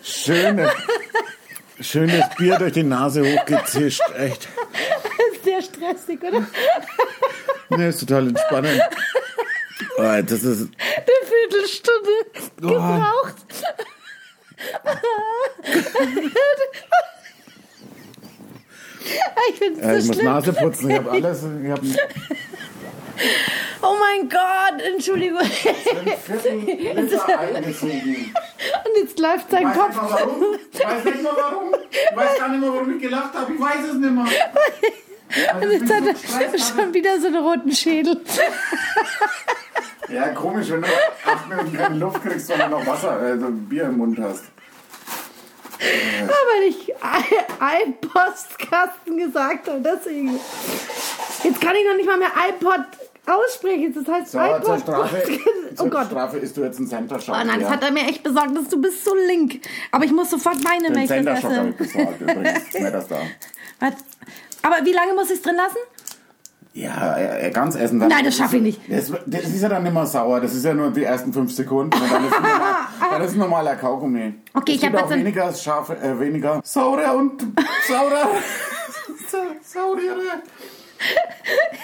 Schönes, schönes Bier durch die Nase hochgezischt. Echt. Sehr stressig, oder? Nee, ist total entspannend. Ah, Das ist. Eine Viertelstunde Oh. gebraucht. Ich finde Äh, es ich so muss schlimm. Nase putzen. Ich habe alles. Ich habe Oh mein Gott, Entschuldigung. einen vierten Liter eingezogen. Und jetzt läuft sein Kopf. Ich weiß nicht mehr warum. Ich weiß gar nicht mehr, warum ich gelacht habe. Ich weiß es nicht Also mehr. Und jetzt hat er schon wieder so einen roten Schädel. Ja, komisch, wenn du acht Minuten keine Luft kriegst, sondern noch Wasser, also Bier im Mund hast. Aber ich ein Postkasten gesagt habe, deswegen. Jetzt kann ich noch nicht mal mehr iPod aussprechen. Das heißt So, iPod. zur Strafe, Oh zur Gott. Strafe isst du jetzt einen Center-Shock. Oh nein, das ja. hat er mir echt besorgt, dass du bist so link. Aber ich muss sofort weinen, wenn Den ich das Center-Shock habe esse. ich bezahlt übrigens. Mehr das da. Was? Aber wie lange muss ich es drin lassen? Ja, äh, ganz essen. Dann Nein, das schaffe ich nicht. Das, das ist ja dann immer sauer. Das ist ja nur die ersten fünf Sekunden. Und dann ist ein normaler, dann ist ein normaler Kaugummi. Okay, es ich gibt hab auch jetzt ein- weniger scharfe, äh, weniger saurer und saurer. Sa- Sauriere.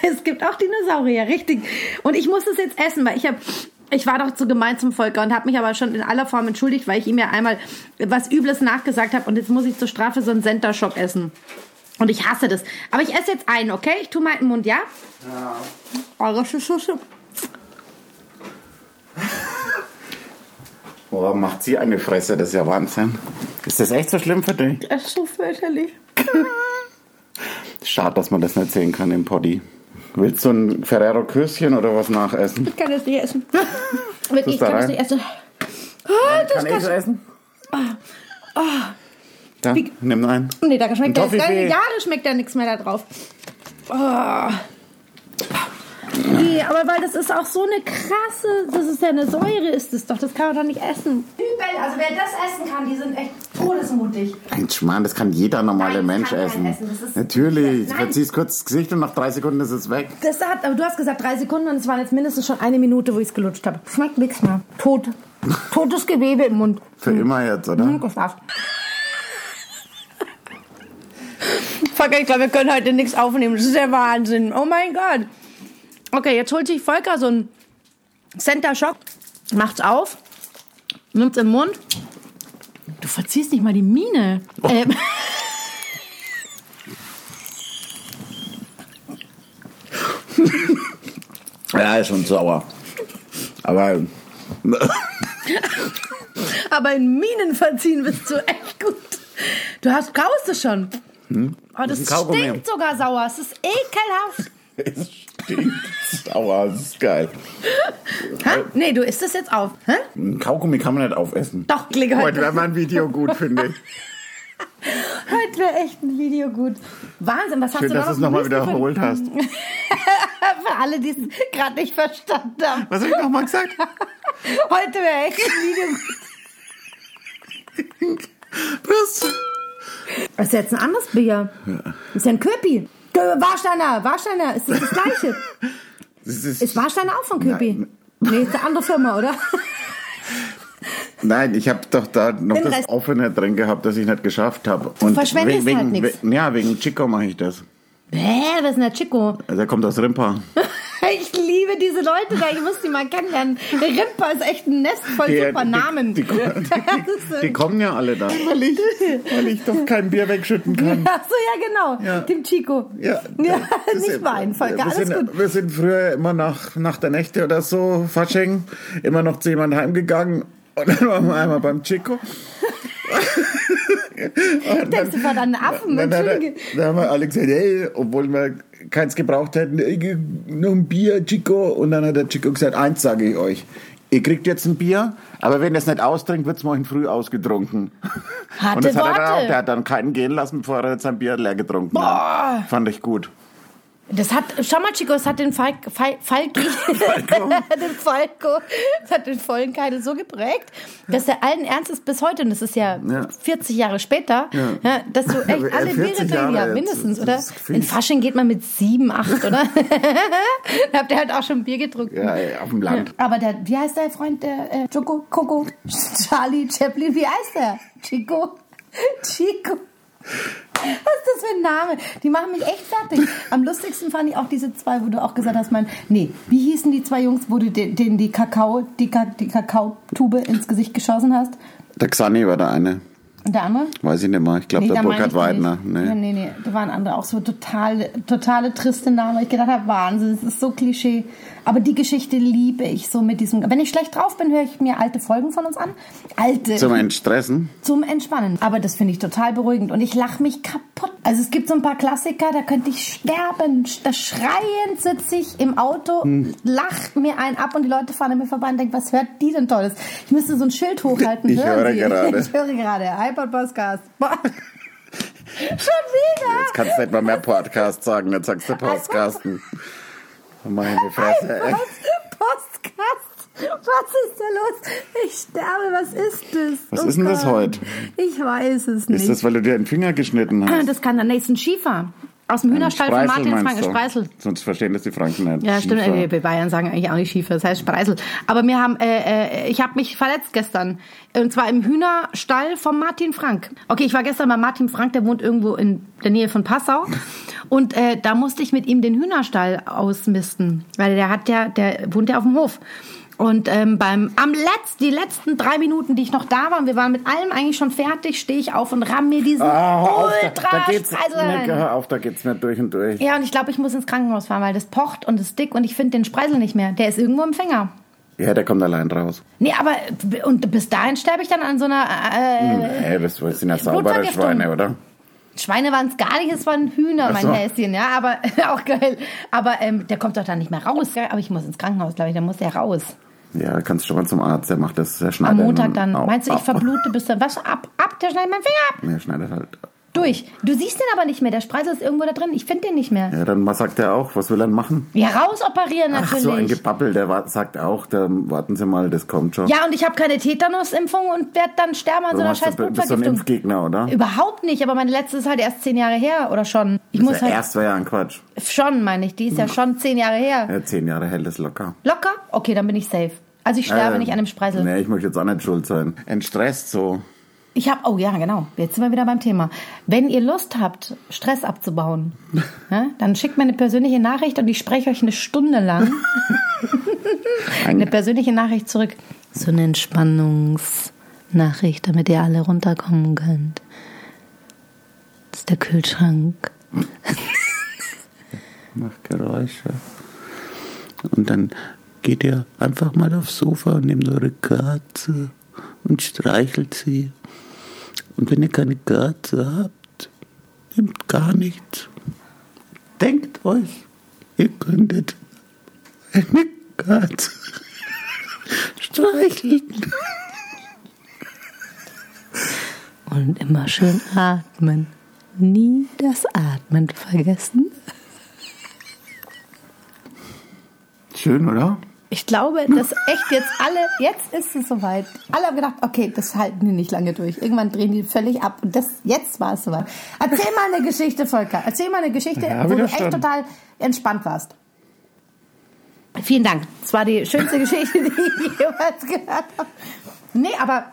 Es gibt auch Dinosaurier, richtig. Und ich muss es jetzt essen, weil ich habe. Ich war doch zu gemein zum Volker und habe mich aber schon in aller Form entschuldigt, weil ich ihm ja einmal was Übles nachgesagt habe und jetzt muss ich zur Strafe so einen Center-Shock essen. Und ich hasse das. Aber ich esse jetzt einen, okay? Ich tue mal in den Mund, ja? Ja. Oh, das ist so schlimm. Boah, macht sie eine Fresse, das ist ja Wahnsinn. Ist das echt so schlimm für dich? Das ist so fürchterlich. Schade, dass man das nicht sehen kann im Poddy. Willst du ein Ferrero-Köschen oder was nachessen? Ich kann das nicht essen. Wirklich, ich da kann das rein? nicht essen. Ah, das Ah, kann essen? Da, nimm einen. Nee, da schmeckt Ein ja jetzt gar Toffifee. nicht. Ja, da schmeckt ja nichts mehr da drauf. Oh. Nee, aber weil das ist auch so eine krasse, das ist ja eine Säure, ist es doch. Das kann man doch nicht essen. Übel, also wer das essen kann, die sind echt todesmutig. Ein Schmarrn, das kann jeder normale Nein, das Mensch kann keiner essen. essen, das ist- Natürlich, du Nein. verziehst kurz das Gesicht und nach drei Sekunden ist es weg. Das hat, aber du hast gesagt drei Sekunden und es waren jetzt mindestens schon eine Minute, wo ich es gelutscht habe. Schmeckt nichts mehr. Tot. Totes Gewebe im Mund. Hm. Für immer jetzt, oder? Geschafft. Volker, ich glaube, wir können heute nichts aufnehmen. Das ist der Wahnsinn. Oh mein Gott. Okay, jetzt holt sich Volker so ein Center Shock, macht's auf, nimmt's im Mund. Du verziehst nicht mal die Miene. Ähm. Ja, ist schon sauer. Aber Aber in Minen verziehen bist du echt gut. Du hast kaust es schon. Oh, das ist Hm? ein Kaugummi. stinkt sogar sauer. Es ist ekelhaft. es stinkt sauer. Das ist geil. Äh. Hä? Nee, du isst es jetzt auf. Hä? Ein Kaugummi kann man nicht aufessen. Doch, Klinge Heute heute. wäre mein Video gut, finde ich. Heute wäre echt ein Video gut. Wahnsinn, was hast Schön, du da dass du es noch auf nochmal dem Liste wiederholt hast. für- Für alle, die es gerade nicht verstanden haben. Was habe ich nochmal gesagt? Heute wäre echt ein Video gut. Prost. Das ist jetzt ein anderes Bier. Das ist ja ein Köpi. Kö- Warsteiner, Warsteiner, ist das das gleiche? Das ist, Ist Warsteiner auch von Köpi? Nee, ist eine andere Firma, oder? nein, ich habe doch da noch Den das Rest- Offene drin gehabt, das ich nicht geschafft habe. Du verschwendest wegen, halt nix. we- Ja, wegen Chico mache ich das. Hä, was ist denn der Chico? Also er kommt aus Rimpa. Ich liebe diese Leute da, ich muss die mal kennenlernen. Rimpa ist echt ein Nest voll Die- super die- Namen. die- die- Die kommen ja alle da. Weil ich, weil ich doch kein Bier wegschütten kann. Ach so, ja, genau. Ja. Dem Chico. Ja, das ist nicht ja- Wein, Volker, wir alles sind, gut. Wir sind früher immer nach, nach der Nächte oder so, Fasching, immer noch zu jemandem heimgegangen. Und dann waren wir einmal beim Chico. Denkst du gerade an einen Affen? Dann, hat er- Entschuldige. dann haben wir alle gesagt, hey, obwohl wir keins gebraucht hätten, "Ey, nur ein Bier, Chico. Und dann hat der Chico gesagt, eins sage ich euch. Ihr kriegt jetzt ein Bier, aber wenn ihr es nicht austrinkt, wird es morgen früh ausgetrunken. Harte Und das hat er dann Worte. auch. Der hat dann keinen gehen lassen, bevor er sein Bier leer getrunken Boah. hat. Fand ich gut. Das hat, schau mal, Chico, das hat den Fal Fal Falki, den Falco, das hat den Vollenkeidel so geprägt, dass er allen Ernstes bis heute, und das ist ja, Ja. 40 Jahre später, Ja. ja, dass du Ja, echt alle 40 Biere trinkst, Jahre ja, jetzt. mindestens, Das oder? ist fies. In Fasching geht man mit 7, 8, oder? da habt ihr halt auch schon Bier getrunkt. Ja, ey, auf dem Land. Aber der, wie heißt der Freund, der äh, Choco, Coco, Charlie Chaplin, wie heißt der? Chico? Chico. Was ist das für ein Name? Die machen mich echt fertig. Am lustigsten fand ich auch diese zwei, wo du auch gesagt hast, mein, nee, wie hießen die zwei Jungs, wo du den- denen die Kakao, die, Ka die Kakaotube ins Gesicht geschossen hast? Der Xani war der eine. Und der andere? Weiß ich nicht mehr. Ich glaube, der da meine Burkhard ich die Weidner. nicht. Ja, nee, Nee. nee, da waren andere auch so total, totale triste Namen. wo Ich gedacht habe, Wahnsinn, das ist so Klischee. Aber die Geschichte liebe ich so mit diesem. Wenn ich schlecht drauf bin, höre ich mir alte Folgen von uns an. Alte Zum Entstressen. zum Entspannen. Aber das finde ich total beruhigend und ich lache mich kaputt. Also es gibt so ein paar Klassiker, da könnte ich sterben. Da schreiend sitze ich im Auto, Hm. lach mir einen ab und die Leute fahren an mir vorbei und denken, was hört die denn Tolles? Ich müsste so ein Schild hochhalten. Ich Hören höre Sie? gerade. Ich höre gerade. iPod Podcast. Boah. Schon wieder. Jetzt kannst du nicht mal mehr Podcast sagen, jetzt sagst du Podcasten. Meine Fresse. ey. iPod Podcast. Was ist da los? Ich sterbe. Was ist das? Oh Was ist denn das heute? Ich weiß es nicht. Ist das, weil du dir den Finger geschnitten Ah, hast? Das kann der nächsten Schiefer. Aus dem Hühnerstall von Spreisel Martin meinst Frank du? Spreisel. Sonst verstehen das die Franken nicht. Ja, stimmt. Schiefer. Äh, Wir Bayern sagen eigentlich auch nicht Schiefer, das heißt Spreisel. Aber wir haben, äh, äh, ich habe mich verletzt gestern. Und zwar im Hühnerstall von Martin Frank. Okay, ich war gestern bei Martin Frank, der wohnt irgendwo in der Nähe von Passau. Und äh, da musste ich mit ihm den Hühnerstall ausmisten. Weil der hat ja, der wohnt ja auf dem Hof. Und ähm, beim am letzt, die letzten drei Minuten, die ich noch da war, und wir waren mit allem eigentlich schon fertig, stehe ich auf und ramm mir diesen Ah, hör auf, da, da geht's, Ultrascheiße nee, rein. hör auf, da geht's nicht durch und durch. Ja, und ich glaube, ich muss ins Krankenhaus fahren, weil das pocht und ist dick und ich finde den Spreisel nicht mehr. Der ist irgendwo im Fänger. Ja, der kommt allein raus. Nee, aber und bis dahin sterbe ich dann an so einer. Äh, Ey, das sind ja saubere Blutvergiftung. Schweine, oder? Schweine waren es gar nicht, es waren Hühner, Ach mein so. Häschen, ja, aber auch geil. Aber ähm, der kommt doch dann nicht mehr raus, gell? aber ich muss ins Krankenhaus, glaube ich, da muss der raus. Ja, da kannst du schon mal zum Arzt, der macht das, der Am schneidet. Montag dann. Au, Meinst du, au. ich verblute bis dann. Was? Ab, ab, der schneidet meinen Finger ab. Ja, schneidet halt. Durch. Du siehst den aber nicht mehr, der Spreisel ist irgendwo da drin, ich finde den nicht mehr. Ja, dann was sagt er auch? Was will er machen? Ja, rausoperieren Ach, so ein natürlich. Gebabbel, der wa- sagt auch, da warten Sie mal, das kommt schon. Also ja, und ich habe keine Tetanus-Impfung und werde dann sterben an so du einer hast scheiß du, bist so ein Blutvergiftung. Impfgegner, oder? Überhaupt nicht, aber meine letzte ist halt erst zehn Jahre her oder schon. Ich muss ja, halt Also erst war ja ein Quatsch. schon, meine ich, die ist ja schon zehn Jahre her. Ja, zehn Jahre hält es locker. Locker? Okay, dann bin ich safe. Also ich sterbe Ähm, nicht an dem Spreisel. Nee, ich möchte jetzt auch nicht schuld sein. Entstresst so. Ich habe, oh ja, genau. Jetzt sind wir wieder beim Thema. Wenn ihr Lust habt, Stress abzubauen, ja, dann schickt mir eine persönliche Nachricht und ich spreche euch eine Stunde lang eine persönliche Nachricht zurück. So eine Entspannungsnachricht, damit ihr alle runterkommen könnt. Das ist der Kühlschrank. Macht Geräusche. Und dann geht ihr einfach mal aufs Sofa und nehmt eure Katze und streichelt sie. Und wenn ihr keine Katze habt, nehmt gar nichts. Denkt euch, ihr könntet eine Katze streicheln. Und immer schön atmen. Nie das Atmen vergessen. Schön, oder? Ich glaube, dass echt jetzt alle, jetzt ist es soweit. Alle haben gedacht, okay, das halten die nicht lange durch. Irgendwann drehen die völlig ab. Und das, jetzt war es soweit. Erzähl mal eine Geschichte, Volker. Erzähl mal eine Geschichte, Ja, wo du wieder echt schon. total entspannt warst. Vielen Dank. Das war die schönste Geschichte, die ich jemals gehört habe. Nee, aber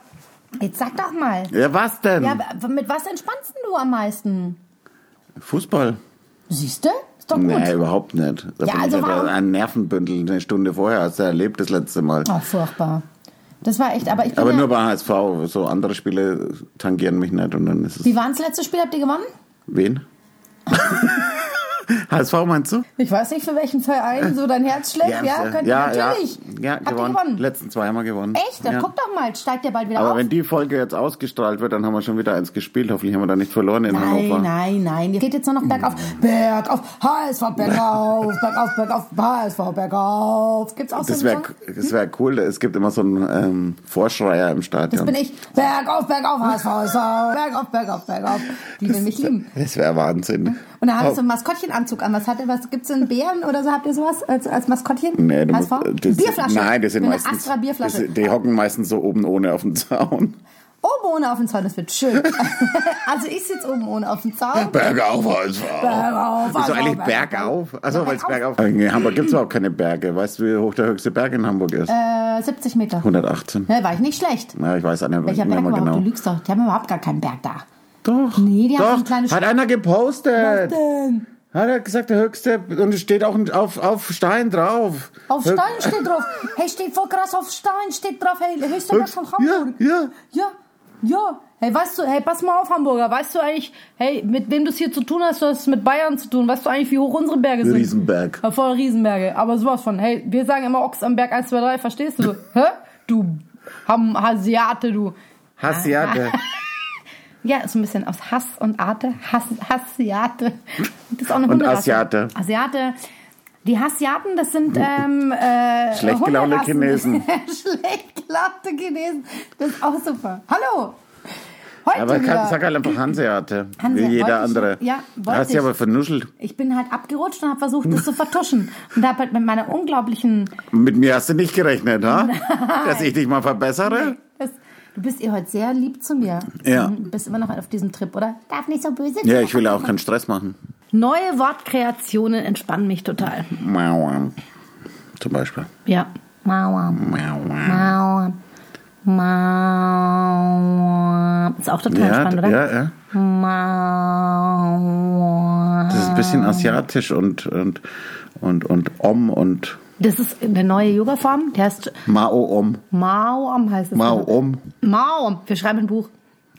jetzt sag doch mal. Ja, was denn? Ja, aber mit was entspannst denn du am meisten? Fußball. Siehst du? Ist doch gut. Nee, überhaupt nicht. Da Ja, bin also ich warum- ein Nervenbündel eine Stunde vorher hast du erlebt das letzte Mal. Oh, furchtbar. Das war echt, aber ich bin Aber ja, nur bei HSV. So andere Spiele tangieren mich nicht und dann ist es. Wie war das letzte Spiel? Habt ihr gewonnen? Wen? HSV meinst du? Ich weiß nicht, für welchen Äh, Verein so dein Herz schlägt. Äh, Ja, könnt ihr natürlich. Ja, Habt ihr gewonnen. gewonnen? Letzten zweimal gewonnen. Echt? Dann ja. guck doch mal, steigt der bald wieder Aber auf? wenn die Folge jetzt ausgestrahlt wird, dann haben wir schon wieder eins gespielt. Hoffentlich haben wir da nicht verloren in Hannover. Nein, nein, nein. Ihr geht jetzt nur noch bergauf. Bergauf, HSV, bergauf, bergauf, bergauf, HSV, bergauf. Gibt's auch Das so einen wäre Song? das wär cool. Es gibt immer so einen ähm, Vorschreier im Stadion. Das bin ich. Bergauf, bergauf, HSV, HSV, bergauf, bergauf, bergauf. Die will mich lieben. Das wäre Wahnsinn. Und da habe ich Oh, so einen Maskottchenanzug an. Was hat er, was gibt's denn Bären oder so? Habt ihr sowas als, als Maskottchen? Oh, Nee, du HSV? musst, äh, das, Bierflasche. Nein, das sind Mit einer meistens. Astra Bierflasche. Das, die hocken meistens so oben ohne auf dem Zaun. Oben ohne auf den Zaun, das wird schön. also ich sitze oben ohne auf dem Zaun. Bergauf, HSV. Bergauf, Wieso HSV, eigentlich bergauf? bergauf? Achso, weil es Bergauf. bergauf. In Äh, Hamburg gibt es überhaupt keine Berge. Weißt du, wie hoch der höchste Berg in Hamburg ist? Äh, 70 Meter. 118. Ne, war ich nicht schlecht. Na, ich weiß auch nicht, Welcher Berg nicht mehr überhaupt? genau. Du lügst doch. Die haben überhaupt gar keinen Berg da. Doch. Nee, die haben so doch. ein kleines Hat Sch- einer gepostet. denn? Hat er gesagt, der höchste. Und es steht auch auf, auf Stein drauf. Auf Hö- Stein steht drauf. Hey, steht voll krass auf Stein steht drauf. Hey, höchster Berg Höchst- von Hamburg. Ja, ja. Ja, ja. Hey, weißt du, hey, pass mal auf, Hamburger. Weißt du eigentlich, hey, mit wem du es hier zu tun hast, du hast es mit Bayern zu tun. Weißt du eigentlich, wie hoch unsere Berge sind? Riesenberg. Ja, voll Riesenberge. Aber sowas von, hey, wir sagen immer Ochs am Berg 1, 2, 3, verstehst du? Hä? Du Ham Hasiate, du. Hasiate. Ah. Ja, ist ein bisschen aus Hass und Arte. Hass, Hassiate. Das ist auch eine Und Hunderasse. Asiate. Asiate. Die Hassiaten, das sind ähm, äh, Schlecht gelaunte Hunderassen. Chinesen. Schlecht gelaunte Chinesen. Das ist auch super. Hallo. Heute Aber wieder. kann, sag halt einfach Hanseate. Hanse- wie wollte jeder ich- andere. ja, wollte Hast dich ich. aber vernuschelt. ich bin halt abgerutscht und habe versucht, das zu vertuschen. Und habe halt mit meiner unglaublichen... Mit mir hast du nicht gerechnet, ha? Dass ich dich mal verbessere? Das, du bist ihr heute sehr lieb zu mir. Ja. Du bist immer noch auf diesem Trip, oder? Darf nicht so böse Ja, ich will ja auch keinen Stress machen. Neue Wortkreationen entspannen mich total. Mau, ähm, Zum Beispiel. Ja. Mauer. Mau, ähm. Mauer. Mauer. Ist auch total Ja, spannend, oder? ja, ja. Mauer. Das ist ein bisschen Ah. asiatisch und, und, und, und Om und Das ist eine neue Yoga-Form. Die heißt Mao Om. Mauom, heißt es. Mao Om. Mauom. Wir schreiben ein Buch.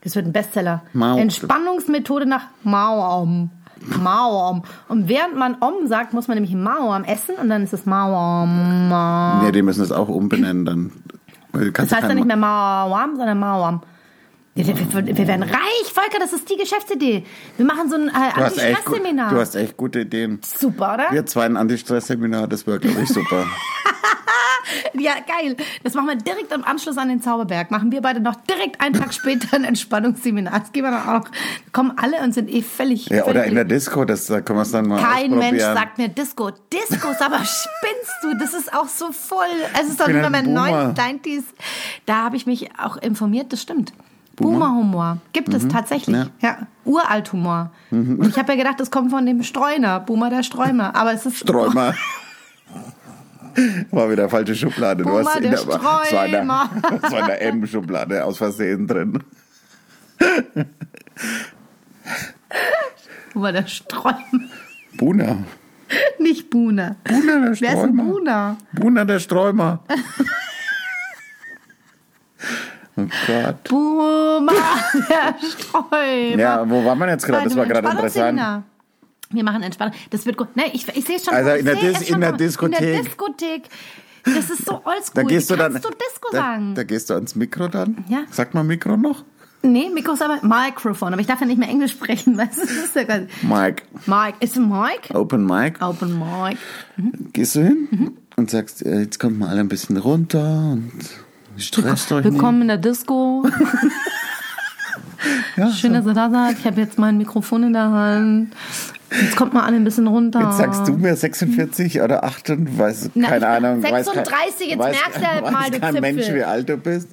Das wird ein Bestseller. Mao. Entspannungsmethode nach Mauom. Mauom. Und während man Om sagt, muss man nämlich Mauom essen und dann ist es Mauom. Mauom. Nee, die müssen es auch umbenennen dann. Weil kannst Ah. Das heißt dann du keinen- nicht mehr Mauam, sondern Mauam. Wir, wir, wir, wir werden reich, Volker, das ist die Geschäftsidee. Wir machen so ein äh, Du hast, echt gut, Anti-Stress-Seminar. du hast echt gute Ideen. Super, oder? Wir zwei ein Anti-Stress-Seminar, das wäre, glaube ich, super. Ja, geil. Das machen wir direkt im Anschluss an den Zauberberg. Machen wir beide noch direkt einen Tag später ein Entspannungsseminar. Das gehen wir dann auch. Kommen alle und sind eh völlig. ja, oder völlig in der Disco, das, da können wir es dann mal kein ausprobieren. Mensch sagt mir Disco. Discos, aber spinnst du? Das ist auch so voll. Also Es ist doch bin nicht mehr ein Boomer. 90s. Da habe ich mich auch informiert, das stimmt. Boomer-Humor gibt es tatsächlich. Mhm. ja. Mhm. Ja. Uralt-Humor. Und ich habe ja gedacht, das kommt von dem Streuner, Boomer der Streumer. Aber es ist. Träumer. War wieder falsche Schublade. Du Boomer, hast in der der, es war in der, Streumer. es war in der M-Schublade aus Versehen drin. Wo war der Sträumer? Buna. Nicht Buna. Buna der Sträumer. Wer ist denn Buna? Buna der Sträumer. Oh Gott. Buma, der Sträumer. Ja, wo war man jetzt gerade? Genau, Das war gerade Entspannungs- interessant. Seminar. Äh, Wir machen Entspannung. Das wird gut. Nein, ich, ich sehe schon. Also ich in der sehe Dis- es schon in der kommen. In der Diskothek. Diskothek. Das ist so oldschool. Da gehst Wie du dann. kannst du Disco da, sagen? da gehst du ans Mikro dann. Ja. Sagt man Mikro noch? nee, Mikro ist aber Microphone. Aber ich darf ja nicht mehr Englisch sprechen. Weißt du, das ist ja quasi. Mike. Oh. Mike. Ist ein Mike? Open Mike. Open Mike. Gehst du hin Mhm. und sagst, äh, jetzt kommt mal alle ein bisschen runter und stresst euch nicht. Willkommen in der Disco. Ja, Schön, dass ihr da seid. Ich habe jetzt mein Mikrofon in der Hand. Jetzt kommt mal alle ein bisschen runter. Jetzt sagst du mir 46 oder 8, weiß, Na, keine ich- Ahnung. weiß kein- 36, jetzt merkst du halt weiß mal, du kein Zipfel. Mensch, wie alt du bist.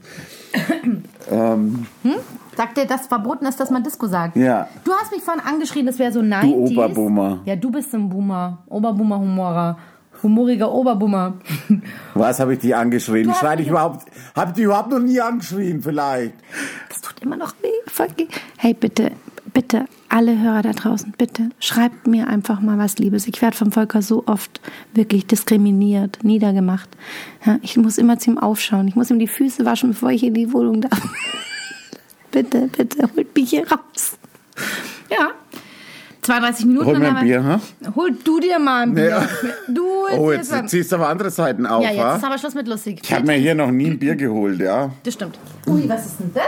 Sagt dir, dass verboten ist, dass man Disco sagt? Ja. Du hast mich vorhin angeschrien, das wäre so 90s. Oberboomer. Ja, du bist ein Boomer. Oberboomer, Humorer. Humoriger Oberboomer. Was habe ich die angeschrien? Du hast Schrei dich mich- überhaupt, hab die überhaupt noch nie angeschrien, vielleicht. Das tut immer noch weh. Fucking- Hey, bitte, bitte, alle Hörer da draußen, bitte, schreibt mir einfach mal was Liebes. Ich werde vom Volker so oft wirklich diskriminiert, niedergemacht. Ja, ich muss immer zu ihm aufschauen. Ich muss ihm die Füße waschen, bevor ich in die Wohnung darf. bitte, bitte, holt mich hier raus. Ja. 32 Minuten. Hol dann mir ein haben wir- Bier, Hol du dir mal ein Bier. Ja. Du holst Oh, dir jetzt mal- ziehst du aber andere Seiten auf, Ja, jetzt ha? ist aber Schluss mit lustig. Ich habe mir hier noch nie ein Bier geholt, ja. Das stimmt. Ui, was ist denn das?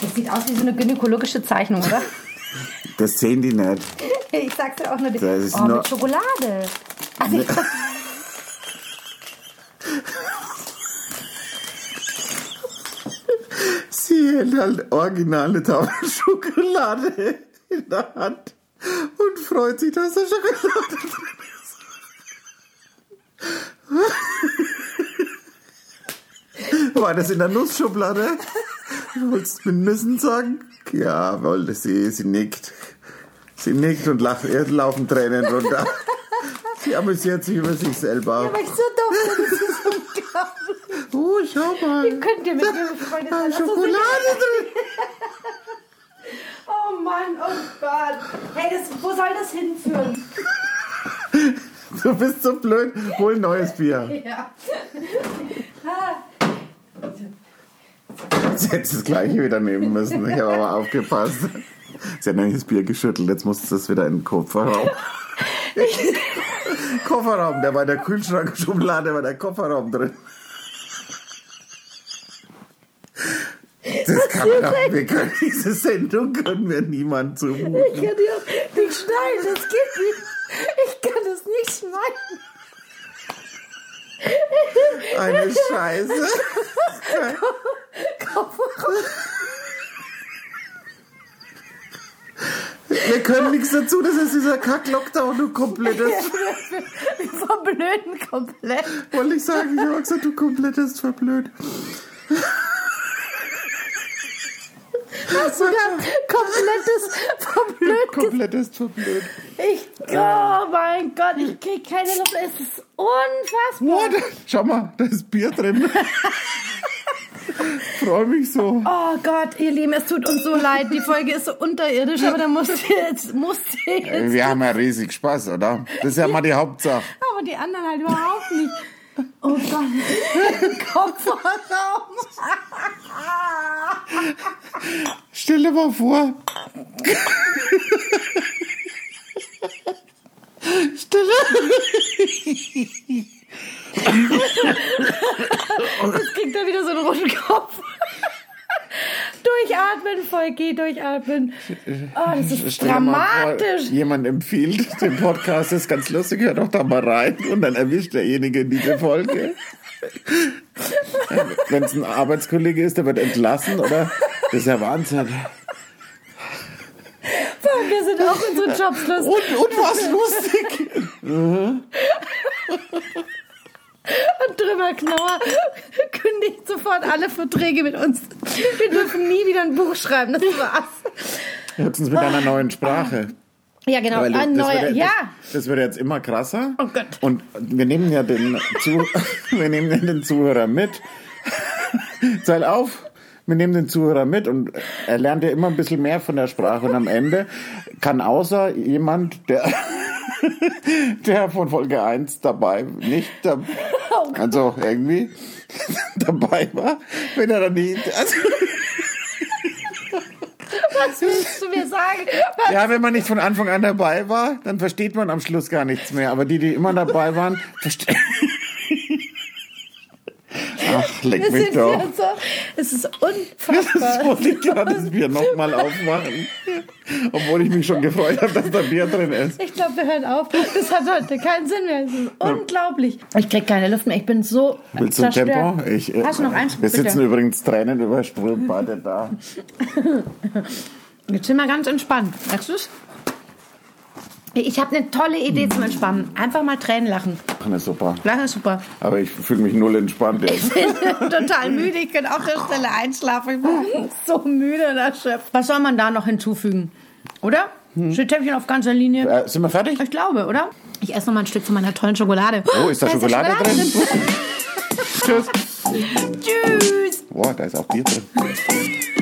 Das sieht aus wie so eine gynäkologische Zeichnung, oder? Das sehen die nicht. Ich sag's dir auch nur. Das ist oh, nur- mit Schokolade. Also ich, Sie hält halt originale Tafel Schokolade in der Hand und freut sich, dass da Schokolade drin ist. War das in der Nussschublade? Du wolltest mit Nüssen sagen? Ja, wollte sie. Sie nickt. Sie nickt und lacht. Ihr laufen Tränen runter. Sie amüsiert sich über sich selber. aber ich so doof bin, das ist unglaublich. Oh, schau mal. Ihr könnt ihr mit mir befreundet Da sein. ist Ach so, so- Schokolade drin. Oh Mann, oh Gott. Hey, das, wo soll das hinführen? Du bist so blöd, hol ein neues Bier. Ja. Sie hätte das gleiche wieder nehmen müssen. Ich habe aber aufgepasst. Sie hat nämlich das Bier geschüttelt, jetzt musste sie es wieder in den Kofferraum. Kofferraum, der war in der Kühlschrankschublade, war der Kofferraum drin. Das kann man doch, wir können diese Sendung können wir niemand zumuten. Ich kann dir auch nicht schneiden, das geht nicht. Ich kann das nicht schneiden. Eine Scheiße. Wir können nichts dazu, das ist dieser Kack-Lockdown, du komplettes, Verblöden komplett. wollte ich sagen, ich habe gesagt, du komplettes verblöd. Hast du da komplettes Verblöden Komplettes verblöd. Ich, Ah. oh mein Gott, ich krieg keine Luft. Es ist Oh, unfassbar. da, schau mal, da ist Bier drin. Freue mich so. Oh Gott, ihr Lieben, es tut uns so leid. Die Folge ist so unterirdisch, aber da musst ihr jetzt, musst ihr jetzt. Wir haben ja riesig Spaß, oder? Das ist ja mal die Hauptsache. Aber die anderen halt überhaupt nicht. Oh Gott, Kopfraum. Stell dir mal vor. Stell dir Jetzt kriegt er wieder so einen roten Kopf. Durchatmen, Volki, durchatmen. Oh, das ist Stell dir mal vor, dramatisch. Jemand empfiehlt den Podcast, das ist ganz lustig, hör doch da mal rein und dann erwischt derjenige diese Folge. Wenn es ein Arbeitskollege ist, der wird entlassen, oder? Das ist ja Wahnsinn. Wir sind auch in so Jobs los. Und, und was lustig! Und drüber Knauer kündigt sofort alle Verträge mit uns. Wir dürfen nie wieder ein Buch schreiben, das war's. Höchstens mit einer neuen Sprache. Ja, genau, Weil das- ein das neuer. wird Ja, Das, das wird jetzt immer krasser. Oh Gott. Und wir nehmen ja den, Zu wir nehmen ja den Zuhörer mit. Seil auf. wir nehmen den Zuhörer mit und er lernt ja immer ein bisschen mehr von der Sprache und am Ende kann außer jemand, der, der von Folge 1 dabei, nicht dabei, Oh also irgendwie dabei war, wenn er dann nicht, also, Was willst du mir sagen? Was? ja, wenn man nicht von Anfang an dabei war, dann versteht man am Schluss gar nichts mehr, aber die, die immer dabei waren, verstehen. Ach, leck Wir mich sind doch. hier so, es ist Das unfassbar. wollte ich gerade das Bier nochmal aufmachen. Obwohl ich mich schon gefreut habe, dass da Bier drin ist. Ich glaube, wir hören auf. Das hat heute keinen Sinn mehr. Es ist unglaublich. Ich krieg keine Luft mehr. Ich bin so Willst du ein zerstört. Tempo? Ich, äh, Hast du noch eins? Wir Bitte. sitzen übrigens Tränen überströmt, beide da. Jetzt sind wir ganz entspannt. Merkst du es? Ich habe eine tolle Idee zum Entspannen. Einfach mal Tränen lachen. Ach, ne, super. Lachen ist super. Aber ich fühle mich null entspannt jetzt. Ich bin total müde. Ich könnte auch an der Stelle einschlafen. Ich bin so müde und erschöpft. Was soll man da noch hinzufügen? Oder? Schütteppchen auf ganzer Linie. Äh, sind wir fertig? Ich glaube, oder? Ich esse noch mal ein Stück von meiner tollen Schokolade. Oh, ist da Schokolade Tschüss. drin? Tschüss. Boah, da ist auch Bier drin.